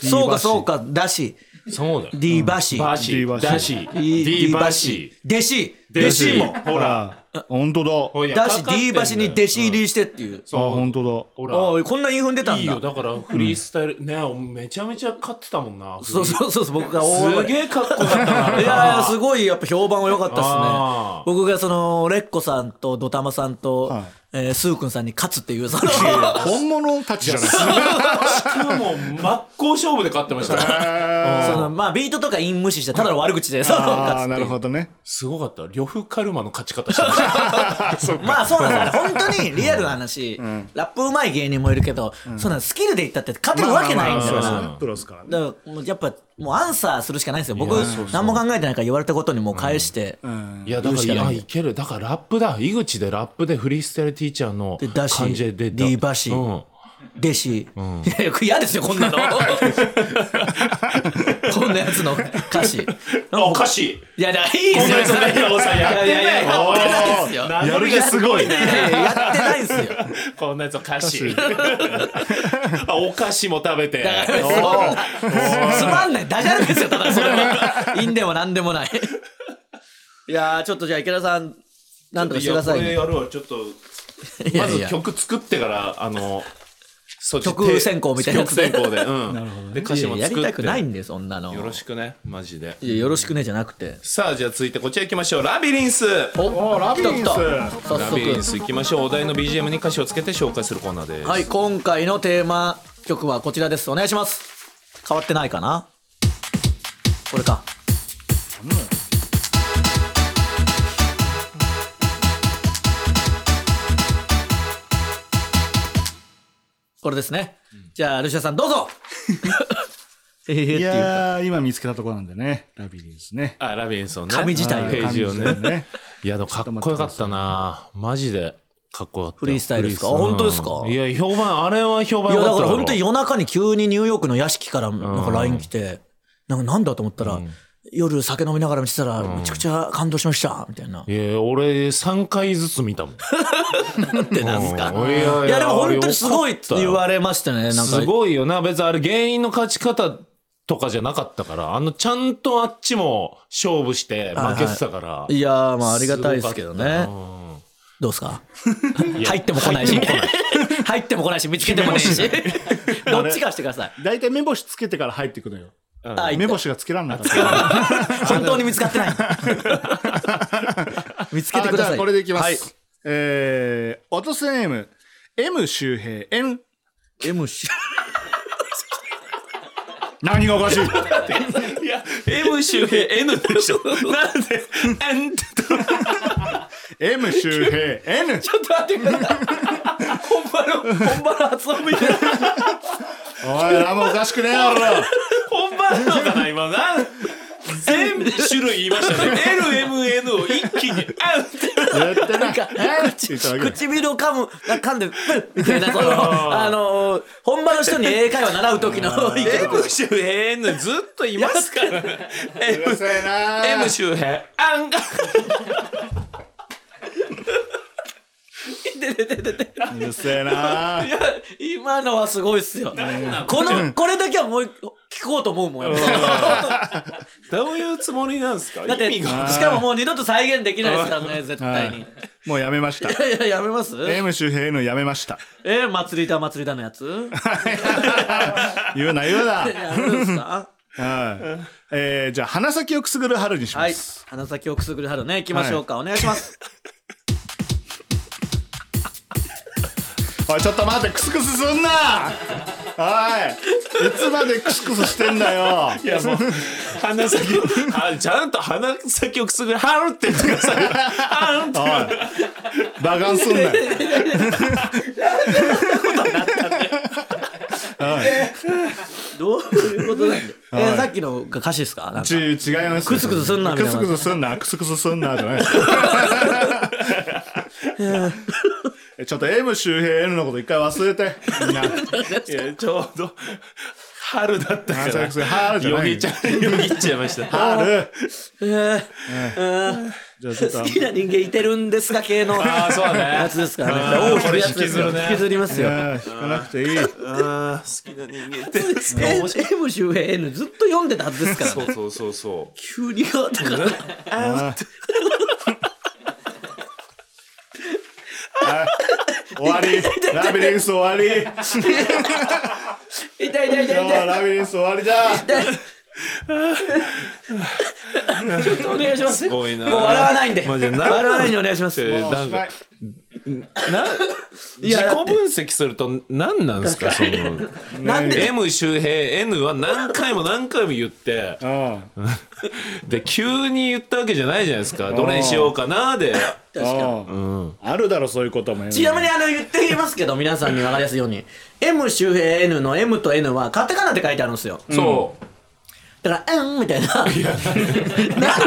そうか、そうか、ダシ。
そうだよ。
D バシ。
バ
D
シ、
橋
ダシ、
い
D バシ、。
弟子。
弟子も、
ほ
ほら。
ら本当だ
ほいや
だし
かかってん
D
だよ
バシに弟子入りしてっていう。
あ本当だ
ほ
お
ら。
いこんな韻踏んでた
い
ん
いよ、
だ。
だからフリースタイル、ねめちゃめちゃ勝ってたもんな。
そう
フ
そうそうそう、僕が
リ
大
ー
暴
す
れ。
げえかっこよかったな。
いやいや、すごいやっぱ評判は良かったですね
あ。ー
僕がその、レッコさんとドタマさんと、えースーくんさんに勝つっていう、その、
本物たちじゃない
しかも、真っ向勝負で勝ってましたね。
そのまあビートとか韻無視してただの悪口でその勝つ
ああなるほどね
すごかった。呂布カルマの勝ち方してました。
まあそうなんですよね本当にリアルな話、ラップうまい芸人もいるけど、そんなスキルで言ったって勝てるわけないんだから、
プロですからね
だからもうやっぱもうアンサーするしかないんですよ僕何も考えてないから言われたことにもう返して、
いや、だから、いや、いける。だから、ラップだ。井口でラップでフリースタイルティーチャーの
でダシ
感じで出た。
D バシ
うん
弟子、いやいや嫌ですよこん なのこんなやつの歌詞
あ、おかしい。
いやだからいいですよそれい
おさや
やいやいややってないですよ
おー
やる気すごい
いやいややってないですよ
こんなやつお菓子あお菓子も食べて
だからそんなつまんないダジャレですよただそれはいいんでもなんでもないいやーちょっとじゃあ池田さんなんとかしてください
い
ね
やこれやるわちょっと
いや
ま
い
ず
や
曲作ってからあのそっち
曲選考みたい なやつ
曲
で
選考で、うん。
なるほどね
で、歌詞も
や
作っ
り
たて。
くないんですそんなの
よろしくね、マジで。
いやよろしくねじゃなくて
さあ、じゃあ続いてこちら行きましょう。ラビリンス。
お
ラビリンス
来た来た
ラ
早
ビリン
速
ス行きましょう。お題の BGM に歌詞をつけて紹介するコーナーです。
はい今回のテーマ曲はこちらですお願いします変わってないかなこれかこれですね、じゃあルシアさんど うぞえーっていう
いやー、今見つけたところなんでね。ラビリンスね。
あ、ラビリンスをね。
紙自体を
ページを
紙自体
ね。。いや、でもかっこよかったな。マジで。かっこよかったよ。
フリースタイルですか
フリー
あ本当ですか
うんいや、評判、あれは評判
い
良
や、
かっ
だか
た
ら
ろ
本当に夜中に急にニューヨークの屋敷からなんか LINE 来て、なんかなんだと思ったら、夜酒飲みながら見てたら、めちゃくちゃ感動しました、みたいな。
いや、俺、3回ずつ見たもん。
ってなんすか。
うんいやいや
いや、でも本当にすごいって言わ
れ
れましたね、なんか
す。ごいよな。別にあれ、原因の勝ち方とかじゃなかったから、あの、ちゃんとあっちも勝負して負けてたから。
いやー、まあありがたいですけど
すごか
ね
った。な。うん
どうですか
いや
入っても来ないし。入っても来ないし、見つけてもねえし。どっちかしてください。
大体目星つけてから入ってくのよ。
あ
目
行った
星がつけらんなかった。
本当に見つかってない。見つけてく
あじ
ださ
ゃあ
い。
これでいきます。
はい
えー、落とせネーム、M 周平、N。
M し
何がおかしい
いや、M 周平 N でしょ。 なんで、N って言ったの
?M 周平、N。
ちょっと待ってください。本場の、本場の発音みたいな。
おい、何もおかしくねえ やろ。
本番なのかな、今。なん全部種類言いましたね。L、M、N を一気に、あって。
やってない。えーって言っただけだよ
唇を噛む、噛んで、プッみたいな、その、あのー、本場の人に英会話習う時の意見。
M 周平 N ずっといますから。
うる
M
せえな
M 周平、あん。
うるせえな
今のはすごいっすよ。この、これだけはもう聞こうと思うもんやっぱ。
どういうつもりなんですか
だって、
意味
し
が
かももう二度と再現できないですからね、絶対に。い
もうやめました。
やいや、やめます
M 周平 N やめ ました。
え、祭りだ祭りだのやつ
言うな言うな。
やめるんですか
はい。えー、じゃあ、鼻先をくすぐる春にしま
はい
す。。
花咲をくすぐる春ね、行きましょうか。お願いします。
おい、ちょっと待って、クスクスすんなおい、いつまでクスクスしてんだよ。
いやもう鼻先を あちゃんと鼻先をくすぐるはるって言ってください。はるって
おい、バカンすんなよ。
どういうことだっけえー、さっきのが歌詞ですかなんか
ち違います。
クスクスすんなみたい
ク
な
スクスすんな、クスクスすんな、じゃ ない。えちょっと M 周平 N のこと一回忘れて。みん
い
な。
やちょうど春だったか
鼻
ら
先。す春じゃ
よ
ない
ぎっちゃよぎっちゃいました。
春。
えー
じゃあちょっと
好きな人間いてるんですが系の
あーそうだね
やつですからね。
うん
大きなやつですよ
これ引きずるね
引きずりますよ。
あー引かなくていい。
あー好きな人間って。
え M 周平 N ずっと読んでたはずですから
そ
ね。
うそうそうそう。
急に変わったから。
終わり。 ラビリンス終わり。今
痛い痛い痛い
日は
痛い。
ラビリンス終わりだ。
ちょっとお願いします。も
ごいうな
笑わないんで。
マジで
笑
な
わないんでお願いします。
えー
もうお
な
し
ん
ま
か
い
な自
やだ
己
って
分析すると何なんですかその
なんで
M 周平 N は何回も何回も言って
うん。
で急に言ったわけじゃないじゃないですかどれにしようかなで
確かに。
うんあるだろ、そういうことも。
ちなみにあの言っていますけど、皆さんに分かりやすいように。M 周平 N の M と N はカタカナって書いてあるんですよ。
そう
だから、うんみたいな。なん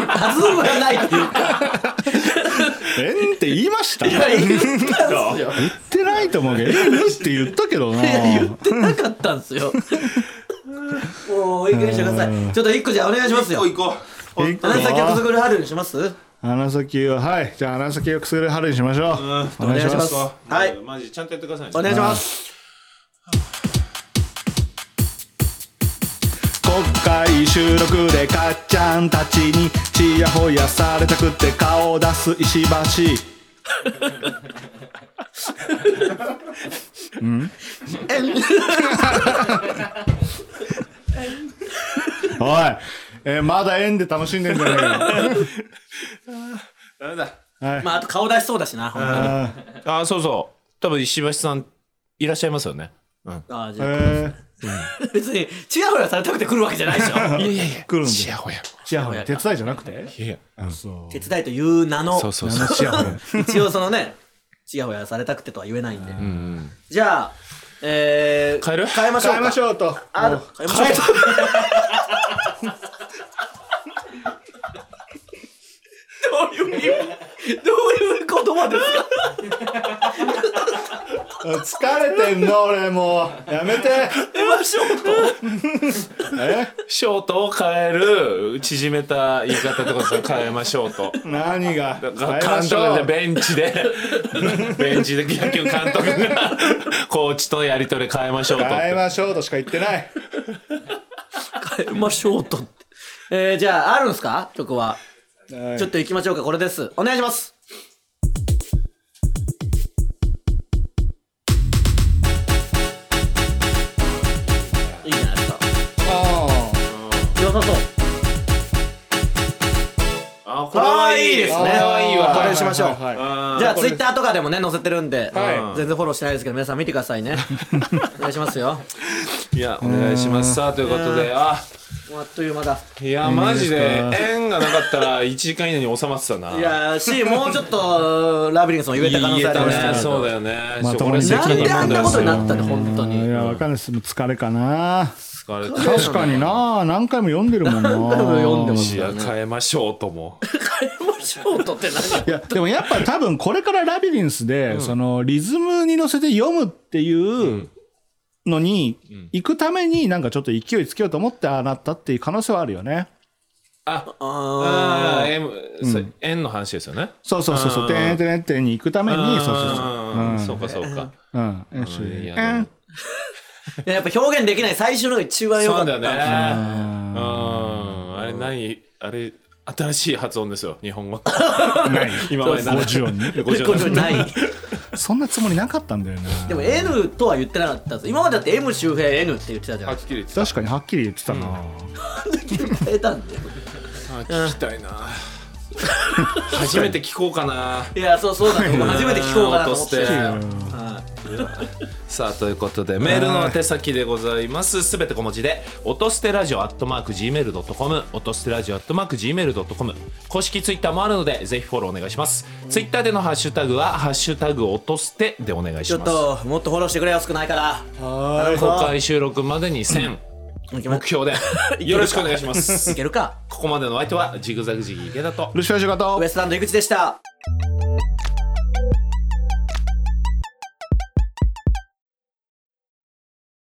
弾むがないっていうか。
えんって言いました
いや言ったんすよ。
言ってないと思うけど、えんって言ったけどな。
言ってなかったんすよ。もう、いい加減にしてください。ちょっと一個じゃあお願いしますよ。
行こ
一個
花咲をくすぐる春にします
鼻先を、はい。じゃあ鼻先をくすぐる春にしましょう。お願いします。
う
はい
マジちゃんとやってくださいね
お願いします。
国会収録でかっちゃんたちにちやほやされたくて顔を出す石橋おい、えーまだ縁で楽しんでんじゃねえよ。
ダメだ。
はい。
まあ、あと顔出しそうだしな、ほんとに。
あ
あーそうそう。多分石橋さんいらっしゃいますよね。
ああ、じ
ー
ゃあ、
え
別に、チヤホヤされたくて来るわけじゃないでしょ。
いやいやいや。
来るんだ
ちやほや。
ー、チヤホヤ、手伝いじゃなくて
いやいや。
あそ
手伝いという名の、
そうそうそう。
う。チヤホヤ。
一応そのね、チヤホヤされたくてとは言えないんで。
うんうん。
じゃあ、えー、
変える
変えましょうか。
変えましょうと。
ある。変えましょうか。どういう意味どういう言葉ですか
疲れてんの、俺もう。やめて。
変えましょうと。
え
ショートを変える縮めた言い方とかさ変えましょう と。
何が変え
監
ましょ
督が
う。
ベン チでベンチで野球監督がコーチとやり取り変えましょうと
変えましょうとしか言ってない。
変えましょうと。えー、じゃあ、あるんですか曲は。
はい
ちょっと行きましょうか。これです。お願いします。いいじゃないですか。
あ
良さそう。
あこれはいいですね
これはいいわこれにしましょう
はいはいはい
あ
じゃあツイッターとかでもね載せてるんで、
はい
全然フォローしてないですけど皆さん見てください ねお願いしますよ
いやお願いしますさあということであ
もうあっという間だ
いやマジで縁がなかったら1時間以内に収まってたない
いやーしもうちょっとラビリンスも言えた可能性あるよ
言え
ね
たねそうだよね
まと
こ
も
れ
に
責
なん
任
であ
問
んな
題
ことにな
で
ったの本当
あい
に
や、わかんないです。もう疲れかな。
すよ疲れて
確かにな。何回も読んでるもんな。
多分読んでま
る
す
い
よ
や
ね
変えましょうとも
もうショートって何
いや、でもやっぱ多分これからラビリンスで、そのリズムに乗せて読むっていうのに行くためになんかちょっと勢いつけようと思ってああなったっていう可能性はあるよね。
あ
あ
あー M そう縁の話ですよね
そうそうそうそう、
うん
てんてんてんに行くために、そうそう
あー
そ
そう
う。
かそうか
うん。うん。よし
いや
えん
ーやっぱ表現できない最初のが一番良
そ
か
う
っ
だ
た
よね
うん
うんあれ何あれ新しい発音ですよ日本 語
ない。
今 まで
五十音に。
50
これない
そんなつもりなかったんだよな。
でも N とは言ってなかったです今までだって M 周辺 N って言ってたじゃん
はっきり言ってた
確かにはっきり言ってたな。
変えたんで
あ聞きた いな初めて聞こうかない
やそうそうだと思う初めて聞こうかなと思って
うん
は
うん
い
さあということでメールの宛先でございますすべて小文字で音捨てラジオアットマーク Gmail.com 音捨てラジオアットマーク Gmail.com 公式ツイッターもあるのでぜひフォローお願いしますツイッターでのハッシュタグは「ハッシュタグ音捨て」でお願い
ち
し
ょっ
ます
ともっとフォローしてくれよ少ないから
はい公開収録までに1000
いけま
目標でよろしくお願いします
いけるか
ここまでのお相手はジグザグジギー池田と
ルシファー仕事
ウエストランド井口でした